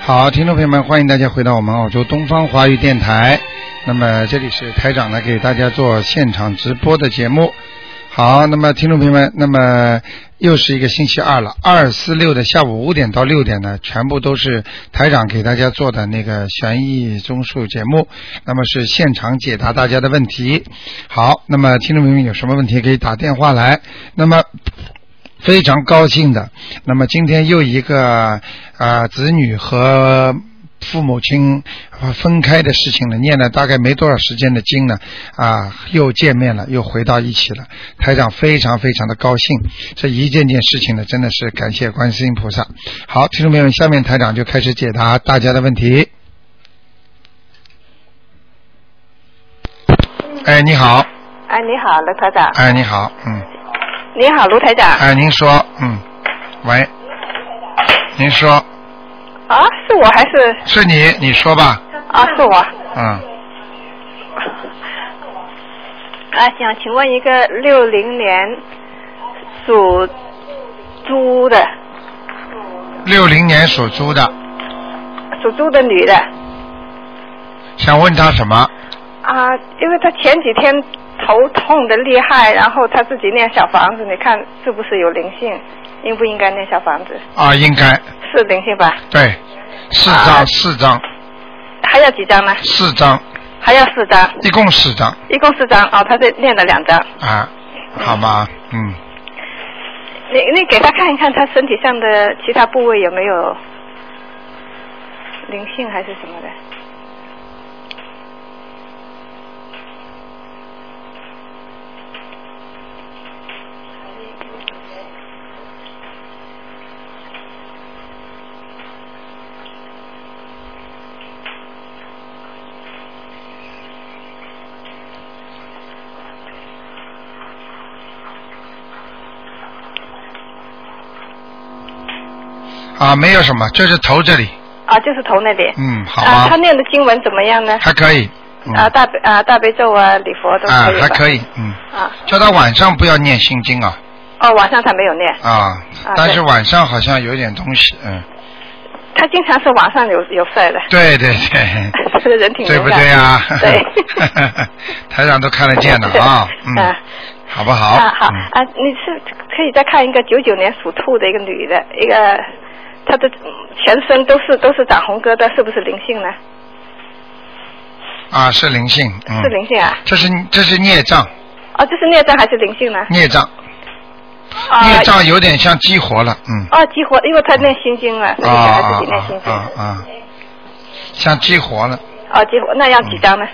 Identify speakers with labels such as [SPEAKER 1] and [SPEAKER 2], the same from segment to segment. [SPEAKER 1] 好，听众朋友们，欢迎大家回到我们澳洲东方华语电台。那么这里是台长呢给大家做现场直播的节目。好，那么听众朋友们，那么又是一个星期二了，二四六的下午五点到六点呢，全部都是台长给大家做的那个悬疑综述节目，那么是现场解答大家的问题。好，那么听众朋友们有什么问题可以打电话来。那么非常高兴的，那么今天又一个啊、呃子女和父母亲啊分开的事情了，念了大概没多少时间的经呢，啊，又见面了，又回到一起了。台长非常非常的高兴，这一件件事情呢，真的是感谢观世音菩萨。好，听众朋友们，下面台长就开始解答大家的问题。哎，你好，
[SPEAKER 2] 哎，你好，卢台长。
[SPEAKER 1] 哎，你好，嗯，
[SPEAKER 2] 你好，卢台长。
[SPEAKER 1] 哎，您说，嗯，喂，您说，
[SPEAKER 2] 啊，是我还是
[SPEAKER 1] 是你，你说吧，
[SPEAKER 2] 啊？是我。
[SPEAKER 1] 嗯。
[SPEAKER 2] 啊，想请问一个六零年属猪的，
[SPEAKER 1] 六零年属猪的，
[SPEAKER 2] 属猪的女的
[SPEAKER 1] 想问他什么？
[SPEAKER 2] 啊，因为她前几天头痛的厉害，然后她自己念小房子，你看是不是有灵性？应不应该念小房子？
[SPEAKER 1] 啊，应该
[SPEAKER 2] 是灵性吧？
[SPEAKER 1] 对，四
[SPEAKER 2] 啊
[SPEAKER 1] 张，四张，
[SPEAKER 2] 还要几张呢？
[SPEAKER 1] 四张，
[SPEAKER 2] 还要四张，
[SPEAKER 1] 一共四张
[SPEAKER 2] 一共四张哦。她这念了两张，
[SPEAKER 1] 啊，好吗？嗯，
[SPEAKER 2] 你你给他看一看他身体上的其他部位有没有灵性还是什么的？
[SPEAKER 1] 啊，没有什么，就是头这里，
[SPEAKER 2] 啊，就是头那里。
[SPEAKER 1] 嗯，好
[SPEAKER 2] 啊，
[SPEAKER 1] 吗？
[SPEAKER 2] 他念的经文怎么样呢？
[SPEAKER 1] 还可以，嗯，
[SPEAKER 2] 啊，大悲啊大悲咒啊，礼佛都
[SPEAKER 1] 啊
[SPEAKER 2] 可以吧？
[SPEAKER 1] 还可以，嗯，
[SPEAKER 2] 啊，
[SPEAKER 1] 叫他晚上不要念心经啊，
[SPEAKER 2] 哦，晚上他没有念，
[SPEAKER 1] 啊
[SPEAKER 2] 啊，
[SPEAKER 1] 但是
[SPEAKER 2] 对
[SPEAKER 1] 晚上好像有点东西，嗯，
[SPEAKER 2] 他经常是晚上有有事儿的，
[SPEAKER 1] 对对对。
[SPEAKER 2] 这个人挺
[SPEAKER 1] 对
[SPEAKER 2] 敏
[SPEAKER 1] 不
[SPEAKER 2] 感
[SPEAKER 1] 对啊？
[SPEAKER 2] 对
[SPEAKER 1] 台上都 看得见的啊，嗯
[SPEAKER 2] 啊，
[SPEAKER 1] 好不好？
[SPEAKER 2] 啊好
[SPEAKER 1] 嗯
[SPEAKER 2] 啊，你是可以再看一个九九年属兔的一个女的，一个她的全身都是都是长红疙瘩，是不是灵性呢？
[SPEAKER 1] 啊，是灵性，嗯
[SPEAKER 2] 是，灵性啊？
[SPEAKER 1] 这是这是孽障，
[SPEAKER 2] 哦，这是孽障还是灵性呢？
[SPEAKER 1] 孽障，
[SPEAKER 2] 啊
[SPEAKER 1] 孽障有点像激活了，嗯，
[SPEAKER 2] 哦，激活，因为他念心经了，所以
[SPEAKER 1] 啊
[SPEAKER 2] 小孩
[SPEAKER 1] 啊
[SPEAKER 2] 自己念心
[SPEAKER 1] 啊
[SPEAKER 2] 经。
[SPEAKER 1] 啊啊，像激活了，
[SPEAKER 2] 哦，激活，那要几张
[SPEAKER 1] 嗯
[SPEAKER 2] 呢？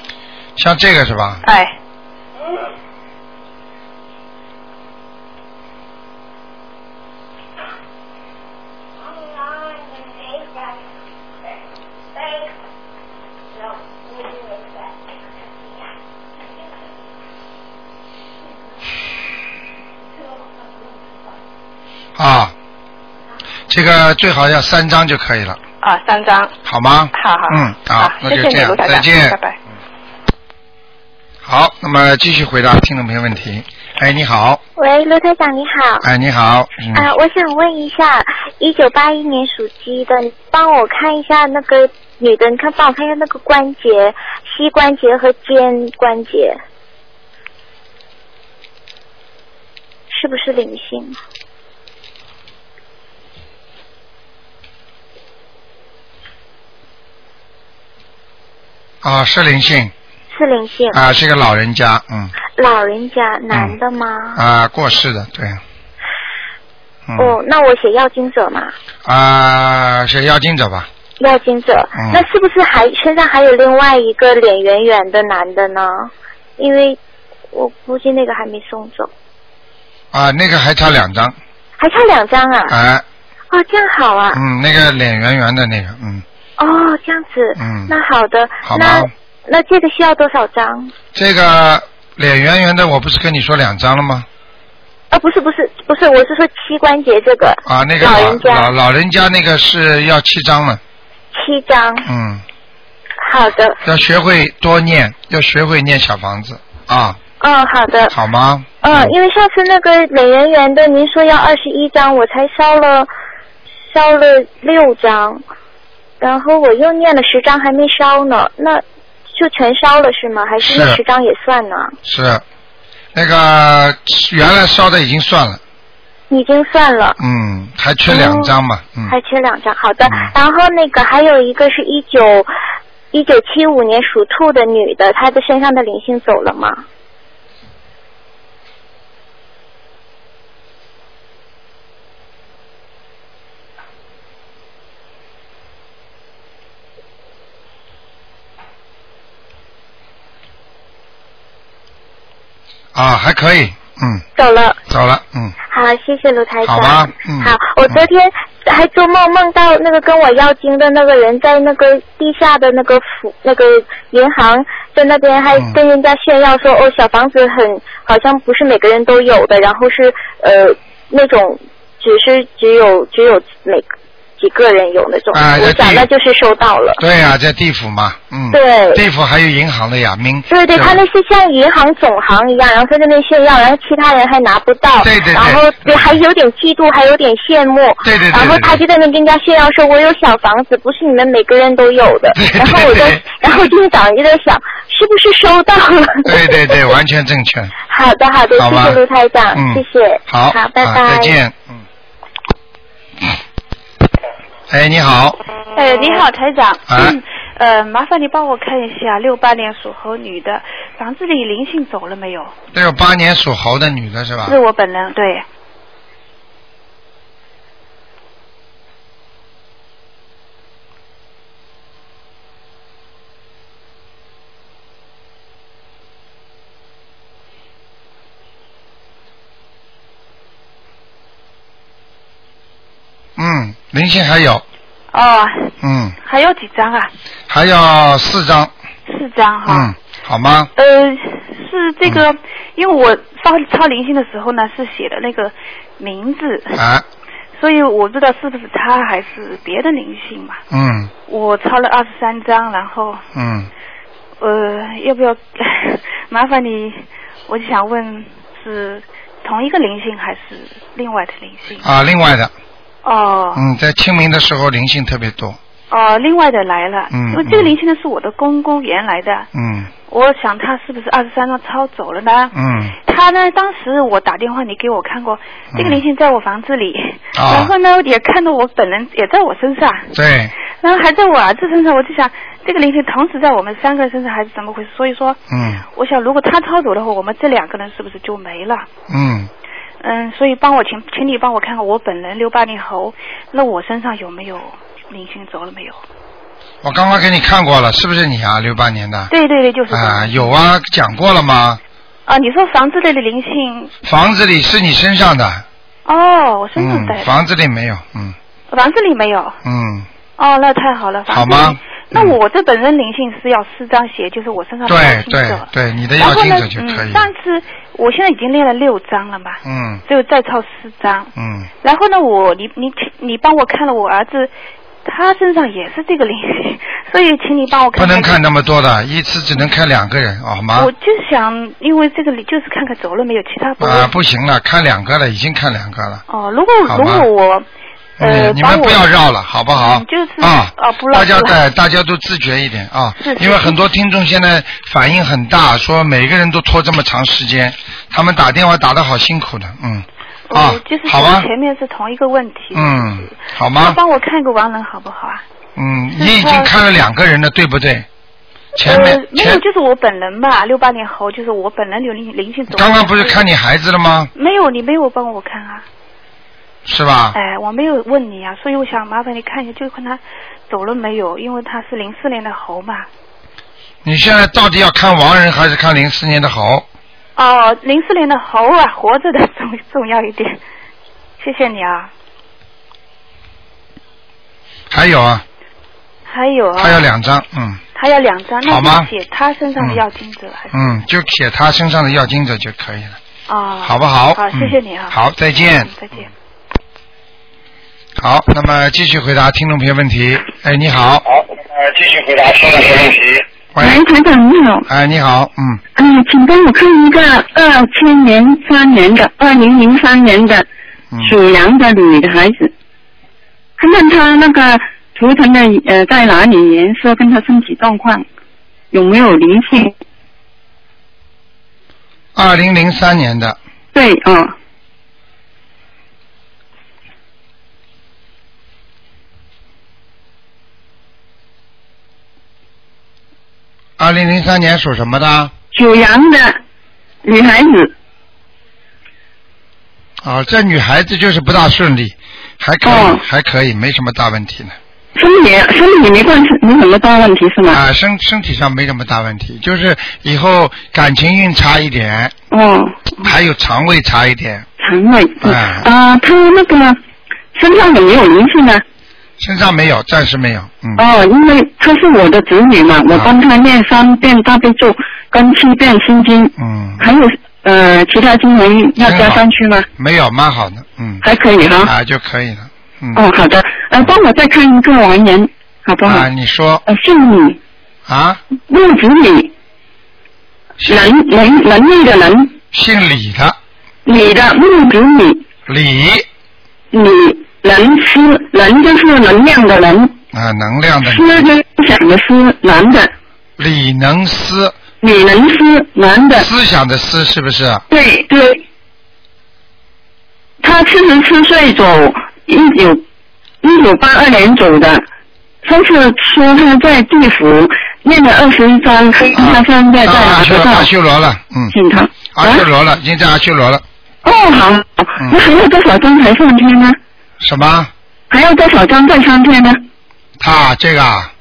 [SPEAKER 1] 像这个是吧？
[SPEAKER 2] 哎，
[SPEAKER 1] 啊，这个最好要三张就可以了，
[SPEAKER 2] 啊，三张，
[SPEAKER 1] 好吗？
[SPEAKER 2] 好好。
[SPEAKER 1] 嗯，好
[SPEAKER 2] 好，，
[SPEAKER 1] 那
[SPEAKER 2] 谢
[SPEAKER 1] 就
[SPEAKER 2] 谢
[SPEAKER 1] 这
[SPEAKER 2] 你
[SPEAKER 1] 样
[SPEAKER 2] 卢，台
[SPEAKER 1] 再
[SPEAKER 2] 长，
[SPEAKER 1] 见
[SPEAKER 2] 拜。拜。
[SPEAKER 1] 好，那么继续回答听众朋友问题。哎，你好，
[SPEAKER 3] 喂，罗台长你好。
[SPEAKER 1] 哎，你好，嗯。
[SPEAKER 3] 啊、我想问一下，一九八一年属鸡的，你帮我看一下那个女的，你看帮我看一下那个关节，膝关节和肩关节，是不是灵性？
[SPEAKER 1] 啊，是灵性
[SPEAKER 3] 是灵性。
[SPEAKER 1] 啊，是个老人嗯家，嗯，
[SPEAKER 3] 老人家，男的吗？
[SPEAKER 1] 啊，过世的，对，嗯，
[SPEAKER 3] 哦，那我写要经者嘛，
[SPEAKER 1] 啊，是妖精者吧？
[SPEAKER 3] 要经者，
[SPEAKER 1] 嗯
[SPEAKER 3] 那是不是还身上还有另外一个脸圆圆的男的呢？因为我估计那个还没送走，
[SPEAKER 1] 啊，那个还差两张，
[SPEAKER 3] 还差两张啊。
[SPEAKER 1] 啊，
[SPEAKER 3] 哦，这样好啊。
[SPEAKER 1] 嗯，那个脸圆圆的那个，嗯，
[SPEAKER 3] 哦，这样子。
[SPEAKER 1] 嗯
[SPEAKER 3] 那好的。
[SPEAKER 1] 好
[SPEAKER 3] 那
[SPEAKER 1] 吗
[SPEAKER 3] 那这个需要多少张？
[SPEAKER 1] 这个脸圆圆的，我不是跟你说两张了吗？
[SPEAKER 3] 啊，不是不是不是，我是说膝关节这个。
[SPEAKER 1] 啊，那个
[SPEAKER 3] 老
[SPEAKER 1] 老
[SPEAKER 3] 人家
[SPEAKER 1] 老老人家那个是要七张了，
[SPEAKER 3] 七张。
[SPEAKER 1] 嗯，
[SPEAKER 3] 好的。
[SPEAKER 1] 要学会多念，要学会念小房子啊，
[SPEAKER 3] 嗯，好的。
[SPEAKER 1] 好吗？
[SPEAKER 3] 嗯，因为上次那个美人圆的，您说要二十一张，我才烧了烧了六张，然后我又念了十张，还没烧呢，那就全烧了是吗？还是那
[SPEAKER 1] 是
[SPEAKER 3] 十张也算呢？
[SPEAKER 1] 是，那个原来烧的已经算了，
[SPEAKER 3] 已经算了。
[SPEAKER 1] 嗯，还缺两张嘛，嗯，
[SPEAKER 3] 还缺两张，好的。
[SPEAKER 1] 嗯
[SPEAKER 3] 然后那个还有一个是一九一九七五年属兔的女的，她的身上的灵性走了吗？
[SPEAKER 1] 啊，还可以，嗯，
[SPEAKER 3] 走了。
[SPEAKER 1] 走了，嗯，
[SPEAKER 3] 好，谢谢卢台长。
[SPEAKER 1] 好吧嗯
[SPEAKER 3] 好我昨天还做梦，梦到那个跟我要经的那个人在那个地下的那个府那个银行，在那边还
[SPEAKER 1] 嗯
[SPEAKER 3] 跟人家炫耀说，哦，小房子很好像不是每个人都有的，然后是呃那种只是只有只有每几个人有那种。
[SPEAKER 1] 啊
[SPEAKER 3] 我
[SPEAKER 1] 那
[SPEAKER 3] 想
[SPEAKER 1] 地
[SPEAKER 3] 那就是收到了。
[SPEAKER 1] 对呀、在地府嘛，嗯，
[SPEAKER 3] 对
[SPEAKER 1] 地府还有银行的呀，明，
[SPEAKER 3] 对对，
[SPEAKER 1] 吧
[SPEAKER 3] 他那是像银行总行一样，然后在那边炫耀，然后其他人还拿不到，
[SPEAKER 1] 对对对
[SPEAKER 3] 然后对还有点嫉妒，还有点羡慕，
[SPEAKER 1] 对对对
[SPEAKER 3] 然后
[SPEAKER 1] 对
[SPEAKER 3] 他就在那边跟人家炫耀说：“我有小房子，不是你们每个人都有的。
[SPEAKER 1] 对对
[SPEAKER 3] 然后我就
[SPEAKER 1] 对，
[SPEAKER 3] 然后今天早上就在想，是不是收到了？
[SPEAKER 1] 对对对，完全正确，
[SPEAKER 3] 好的好的，
[SPEAKER 1] 好
[SPEAKER 3] 谢
[SPEAKER 1] 吧
[SPEAKER 3] 谢卢台长，
[SPEAKER 1] 嗯，
[SPEAKER 3] 谢谢，
[SPEAKER 1] 好，
[SPEAKER 3] 好，拜拜，
[SPEAKER 1] 啊再。见，嗯。哎，你好，
[SPEAKER 4] 哎，你好，台长。
[SPEAKER 1] 啊
[SPEAKER 4] 嗯呃，麻烦你帮我看一下，六八年属猴女的房子里灵性走了没有？
[SPEAKER 1] 这个八年属猴的女的是吧？
[SPEAKER 4] 是我本人，对，
[SPEAKER 1] 嗯，灵性还有，
[SPEAKER 4] 哦，
[SPEAKER 1] 嗯，
[SPEAKER 4] 还有几张啊？
[SPEAKER 1] 还有四张，
[SPEAKER 4] 四张哈。
[SPEAKER 1] 嗯，好吗？
[SPEAKER 4] 呃，是这个，因为我抄抄灵性的时候呢，是写的那个名字，
[SPEAKER 1] 啊，
[SPEAKER 4] 所以我不知道是不是他还是别的灵性嘛。
[SPEAKER 1] 嗯
[SPEAKER 4] 我抄了二十三张，然后
[SPEAKER 1] 嗯，
[SPEAKER 4] 呃，要不要 麻烦你？我就想问是同一个灵性还是另外的灵性？
[SPEAKER 1] 啊，另外的，
[SPEAKER 4] 哦、
[SPEAKER 1] 嗯，在清明的时候灵性特别多，
[SPEAKER 4] 哦，另外的来了。
[SPEAKER 1] 嗯
[SPEAKER 4] 因为这个
[SPEAKER 1] 嗯
[SPEAKER 4] 灵性呢是我的公公原来的，
[SPEAKER 1] 嗯
[SPEAKER 4] 我想他是不是二十三张抄走了呢？
[SPEAKER 1] 嗯，
[SPEAKER 4] 他呢？当时我打电话，你给我看过这个灵性在我房子里，
[SPEAKER 1] 啊
[SPEAKER 4] 然后呢也看到我本人也在我身上，
[SPEAKER 1] 对，
[SPEAKER 4] 然后还在我儿子身上，我就想这个灵性同时在我们三个人身上还是怎么回事？所以说，
[SPEAKER 1] 嗯
[SPEAKER 4] 我想，如果他抄走的话，我们这两个人是不是就没了？
[SPEAKER 1] 嗯，
[SPEAKER 4] 嗯，所以帮我请，请你帮我看看我本人六八年猴，那我身上有没有灵性走了没有？
[SPEAKER 1] 我刚刚给你看过了，是不是你啊？六八年的，
[SPEAKER 4] 对对对，就是
[SPEAKER 1] 啊，
[SPEAKER 4] 这个
[SPEAKER 1] 有啊，讲过了吗？
[SPEAKER 4] 啊，你说房子里的灵性，
[SPEAKER 1] 房子里是你身上的，
[SPEAKER 4] 哦，我身上
[SPEAKER 1] 嗯
[SPEAKER 4] 带，的，
[SPEAKER 1] 房子里没有，嗯
[SPEAKER 4] 房子里没有，
[SPEAKER 1] 嗯，
[SPEAKER 4] 哦，那太好了，
[SPEAKER 1] 好
[SPEAKER 4] 房子里
[SPEAKER 1] 吗？
[SPEAKER 4] 那
[SPEAKER 1] 嗯
[SPEAKER 4] 我这本人灵性是要四张鞋，就是我身上的
[SPEAKER 1] 对
[SPEAKER 4] 要清
[SPEAKER 1] 对
[SPEAKER 4] 者。
[SPEAKER 1] 对，你的
[SPEAKER 4] 然
[SPEAKER 1] 要
[SPEAKER 4] 后
[SPEAKER 1] 精
[SPEAKER 4] 呢
[SPEAKER 1] 者，就可
[SPEAKER 4] 嗯，
[SPEAKER 1] 以，
[SPEAKER 4] 上次我现在已经练了六张了嘛，
[SPEAKER 1] 嗯
[SPEAKER 4] 只有再抄四张。
[SPEAKER 1] 嗯，
[SPEAKER 4] 然后呢，我你你你帮我看了我儿子，他身上也是这个灵性，所以请你帮我
[SPEAKER 1] 不
[SPEAKER 4] 看看。
[SPEAKER 1] 能啊看那么多的，一次只能看两个人，哦好吗
[SPEAKER 4] 我？就想，因为这个灵就是看看走了没有，其他不会。
[SPEAKER 1] 啊，不行了，看两个了，已经看两个了。
[SPEAKER 4] 哦，如果
[SPEAKER 1] 好
[SPEAKER 4] 如
[SPEAKER 1] 吧
[SPEAKER 4] 果我呃
[SPEAKER 1] 嗯，你们不要绕了，好不好？
[SPEAKER 4] 嗯就是
[SPEAKER 1] 啊
[SPEAKER 5] 哦
[SPEAKER 4] 啊不绕
[SPEAKER 1] 大家
[SPEAKER 4] 不绕
[SPEAKER 1] 对大家都自觉一点啊
[SPEAKER 4] 是，是
[SPEAKER 1] 因为很多听众现在反应很大，说每个人都拖这么长时间，他们打电话打得好辛苦的，嗯，
[SPEAKER 4] 我、
[SPEAKER 1] 啊
[SPEAKER 4] 呃就是，
[SPEAKER 1] 好吧
[SPEAKER 4] 想，前面是同一个问题。
[SPEAKER 1] 嗯，好
[SPEAKER 4] 那
[SPEAKER 1] 吗？
[SPEAKER 4] 帮我看个亡人好不好啊？
[SPEAKER 1] 嗯，
[SPEAKER 4] 是
[SPEAKER 1] 你已经看了两个人了，对不对？前
[SPEAKER 4] 呃
[SPEAKER 1] 面，
[SPEAKER 4] 没有，
[SPEAKER 1] 前
[SPEAKER 4] 就是我本人吧，六八年猴，就是我本人有灵灵性走。
[SPEAKER 1] 刚刚不是看？你孩子了吗？
[SPEAKER 4] 没有，你没有帮我看啊。
[SPEAKER 1] 是吧？
[SPEAKER 4] 哎，我没有问你啊，所以我想麻烦你看一下，就看他走了没有，因为他是零四年的猴嘛。
[SPEAKER 1] 你现在到底要看亡人还是看零四年的猴？
[SPEAKER 4] 哦，零四年的猴啊，活着的重重要一点。 谢谢你啊，
[SPEAKER 1] 还有啊，
[SPEAKER 4] 还有啊，
[SPEAKER 1] 还有两张，嗯
[SPEAKER 4] 还有两张，那
[SPEAKER 1] 好吗
[SPEAKER 4] 就写他身上的
[SPEAKER 1] 嗯
[SPEAKER 4] 要经者还是
[SPEAKER 1] 嗯，就写他身上的要经者就可以了。
[SPEAKER 4] 啊？
[SPEAKER 1] 好不好？
[SPEAKER 4] 好，谢
[SPEAKER 1] 嗯
[SPEAKER 4] 谢你啊。
[SPEAKER 1] 好，再见
[SPEAKER 4] 嗯。再见。
[SPEAKER 1] 好，那么继续回答听众朋友问题。哎，你好，
[SPEAKER 6] 好，呃，继续回答收到的问题。
[SPEAKER 1] 喂，
[SPEAKER 7] 喂，台长你好，
[SPEAKER 1] 哎，你好，嗯，
[SPEAKER 7] 嗯，请帮我看一个二千年三年的，二零零三年的
[SPEAKER 1] 嗯
[SPEAKER 7] 属羊的女孩子，看看她那个图腾的呃在哪里？颜色跟他身体状况有没有灵性？
[SPEAKER 1] 二零零三年的，
[SPEAKER 7] 对，哦，
[SPEAKER 1] 二零零三年属什么的？
[SPEAKER 7] 九阳的女孩子，
[SPEAKER 1] 啊，这女孩子就是不大顺利，还可以，
[SPEAKER 7] 哦
[SPEAKER 1] 还可以，没什么大问题呢。
[SPEAKER 7] 身体身体没关系，没什么大问题是吗？
[SPEAKER 1] 啊，身身体上没什么大问题，就是以后感情运差一点，
[SPEAKER 7] 哦，
[SPEAKER 1] 还有肠胃差一点，
[SPEAKER 7] 肠胃，嗯
[SPEAKER 1] 哎
[SPEAKER 7] 啊，他那个身上有没有灵性呢？
[SPEAKER 1] 身上没有，暂时没有。嗯，
[SPEAKER 7] 哦，因为她是我的子女嘛，我
[SPEAKER 1] 啊
[SPEAKER 7] 帮她念三遍大悲咒，跟七遍心经，
[SPEAKER 1] 嗯，
[SPEAKER 7] 还有呃其他经文要加上去吗？
[SPEAKER 1] 没有，蛮好的。嗯，
[SPEAKER 7] 还可以哈。
[SPEAKER 1] 啊就可以了。嗯，
[SPEAKER 7] 哦，好的，呃，帮我再看一个完人，好不好？
[SPEAKER 1] 啊，你说
[SPEAKER 7] 呃，姓李，
[SPEAKER 1] 啊，
[SPEAKER 7] 木子李，
[SPEAKER 1] 姓
[SPEAKER 7] 能能能力的能，
[SPEAKER 1] 姓李的
[SPEAKER 7] 李的木子李，
[SPEAKER 1] 李
[SPEAKER 7] 李能思，能就是能量的能，
[SPEAKER 1] 啊，能量的
[SPEAKER 7] 思就是想的思，男的，
[SPEAKER 1] 李能思，
[SPEAKER 7] 李能思，男的。
[SPEAKER 1] 思想的思是不是？
[SPEAKER 7] 对对，他四十四岁走，一九一九八二年走的。上次说他在地府念了二十一章，跟他现在在
[SPEAKER 1] 啊
[SPEAKER 7] 哪
[SPEAKER 1] 阿修
[SPEAKER 7] 个道？
[SPEAKER 1] 阿修罗了，嗯，
[SPEAKER 7] 请他。
[SPEAKER 1] 阿修罗了，已经在阿修罗了。
[SPEAKER 7] 啊哦，好。
[SPEAKER 1] 嗯
[SPEAKER 7] 那还有多少张才上天呢？
[SPEAKER 1] 什么？
[SPEAKER 7] 还有多少张再上天呢？
[SPEAKER 1] 他这个啊，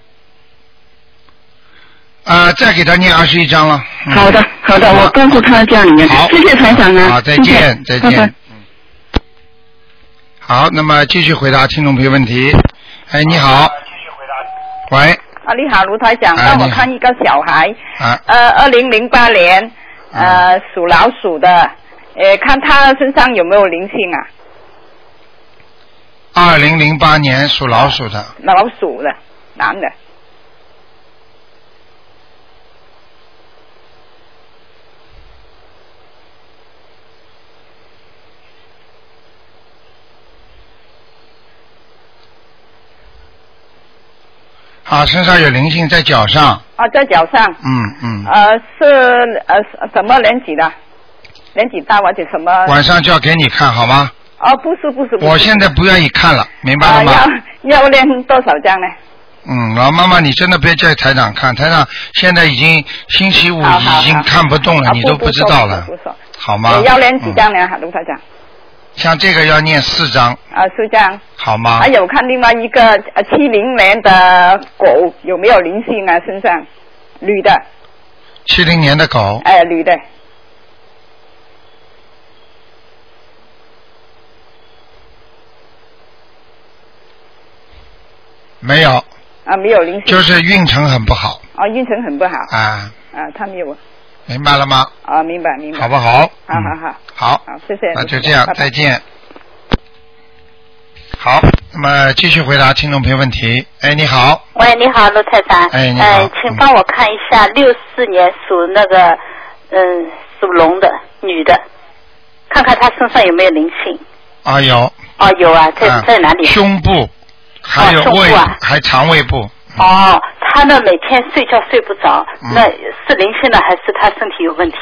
[SPEAKER 1] 啊，再给他念二十一章了。嗯
[SPEAKER 7] 好的，好的，我告诉他家里面
[SPEAKER 1] 好，。
[SPEAKER 7] 谢谢台长啊。
[SPEAKER 1] 好，再
[SPEAKER 7] 谢谢
[SPEAKER 1] 见，再见。
[SPEAKER 7] 拜拜
[SPEAKER 1] 嗯好，那么继续回答听众朋友问题。哎，你好，
[SPEAKER 6] 继续回答。
[SPEAKER 1] 喂，
[SPEAKER 5] 啊，你好，卢台长，
[SPEAKER 1] 啊
[SPEAKER 5] 帮我
[SPEAKER 1] 你好
[SPEAKER 5] 看一个小孩，
[SPEAKER 1] 啊，
[SPEAKER 5] 呃，二零零八年，呃，属老鼠的，呃，看他身上有没有灵性啊？
[SPEAKER 1] 二零零八年属老鼠的，
[SPEAKER 5] 老鼠的，男的，
[SPEAKER 1] 啊，身上有灵性在脚上，
[SPEAKER 5] 啊，在脚上，
[SPEAKER 1] 嗯嗯，
[SPEAKER 5] 呃，是呃什么年纪的？年纪大或者什么？
[SPEAKER 1] 晚上就要给你看好吗？
[SPEAKER 5] 哦，不是不是不是。
[SPEAKER 1] 我现在不愿意看了，明白
[SPEAKER 5] 啊
[SPEAKER 1] 了吗？
[SPEAKER 5] 要要练多少张呢？
[SPEAKER 1] 嗯，老妈妈，你真的别叫台长看，台长现在已经星期五
[SPEAKER 5] 好好
[SPEAKER 1] 已经
[SPEAKER 5] 好
[SPEAKER 1] 看不动了，
[SPEAKER 5] 啊
[SPEAKER 1] 你
[SPEAKER 5] 不
[SPEAKER 1] 都
[SPEAKER 5] 不
[SPEAKER 1] 知
[SPEAKER 5] 说
[SPEAKER 1] 道
[SPEAKER 5] 不
[SPEAKER 1] 了
[SPEAKER 5] 说，不说
[SPEAKER 1] 好吗
[SPEAKER 5] 呃？要练几
[SPEAKER 1] 嗯
[SPEAKER 5] 张呢？卢台长，
[SPEAKER 1] 像这个要念四张，
[SPEAKER 5] 啊，是这样。
[SPEAKER 1] 好吗？
[SPEAKER 5] 还有看另外一个呃七零年的狗有没有灵性啊？身上，女的，
[SPEAKER 1] 七零年的狗，
[SPEAKER 5] 哎、女的，
[SPEAKER 1] 没有，
[SPEAKER 5] 啊，没有灵性，
[SPEAKER 1] 就是运程很不好
[SPEAKER 5] 啊，运程很不好，
[SPEAKER 1] 啊，
[SPEAKER 5] 啊，她没有，
[SPEAKER 1] 明白了吗？
[SPEAKER 5] 啊，明白明白，
[SPEAKER 1] 好不好？
[SPEAKER 5] 好好好
[SPEAKER 1] 好，好，
[SPEAKER 5] 好，谢谢，
[SPEAKER 1] 那就这样
[SPEAKER 5] 拜，拜
[SPEAKER 1] 再见。好，那么继续回答听众朋友问题。哎，你好，
[SPEAKER 8] 喂，你好，卢太长。
[SPEAKER 1] 哎你好
[SPEAKER 8] 呃，请帮我看一下六四年属那个，嗯，属龙的女的，看看她身上有没有灵性。
[SPEAKER 1] 啊有，
[SPEAKER 8] 哦，有啊，在、
[SPEAKER 1] 啊
[SPEAKER 8] 在哪里？
[SPEAKER 1] 胸部，还有
[SPEAKER 8] 哦胸部
[SPEAKER 1] 胃，
[SPEAKER 8] 啊
[SPEAKER 1] 还肠胃部，
[SPEAKER 8] 哦，她呢每天睡觉睡不着，
[SPEAKER 1] 嗯
[SPEAKER 8] 那是灵性呢还是她身体有问题？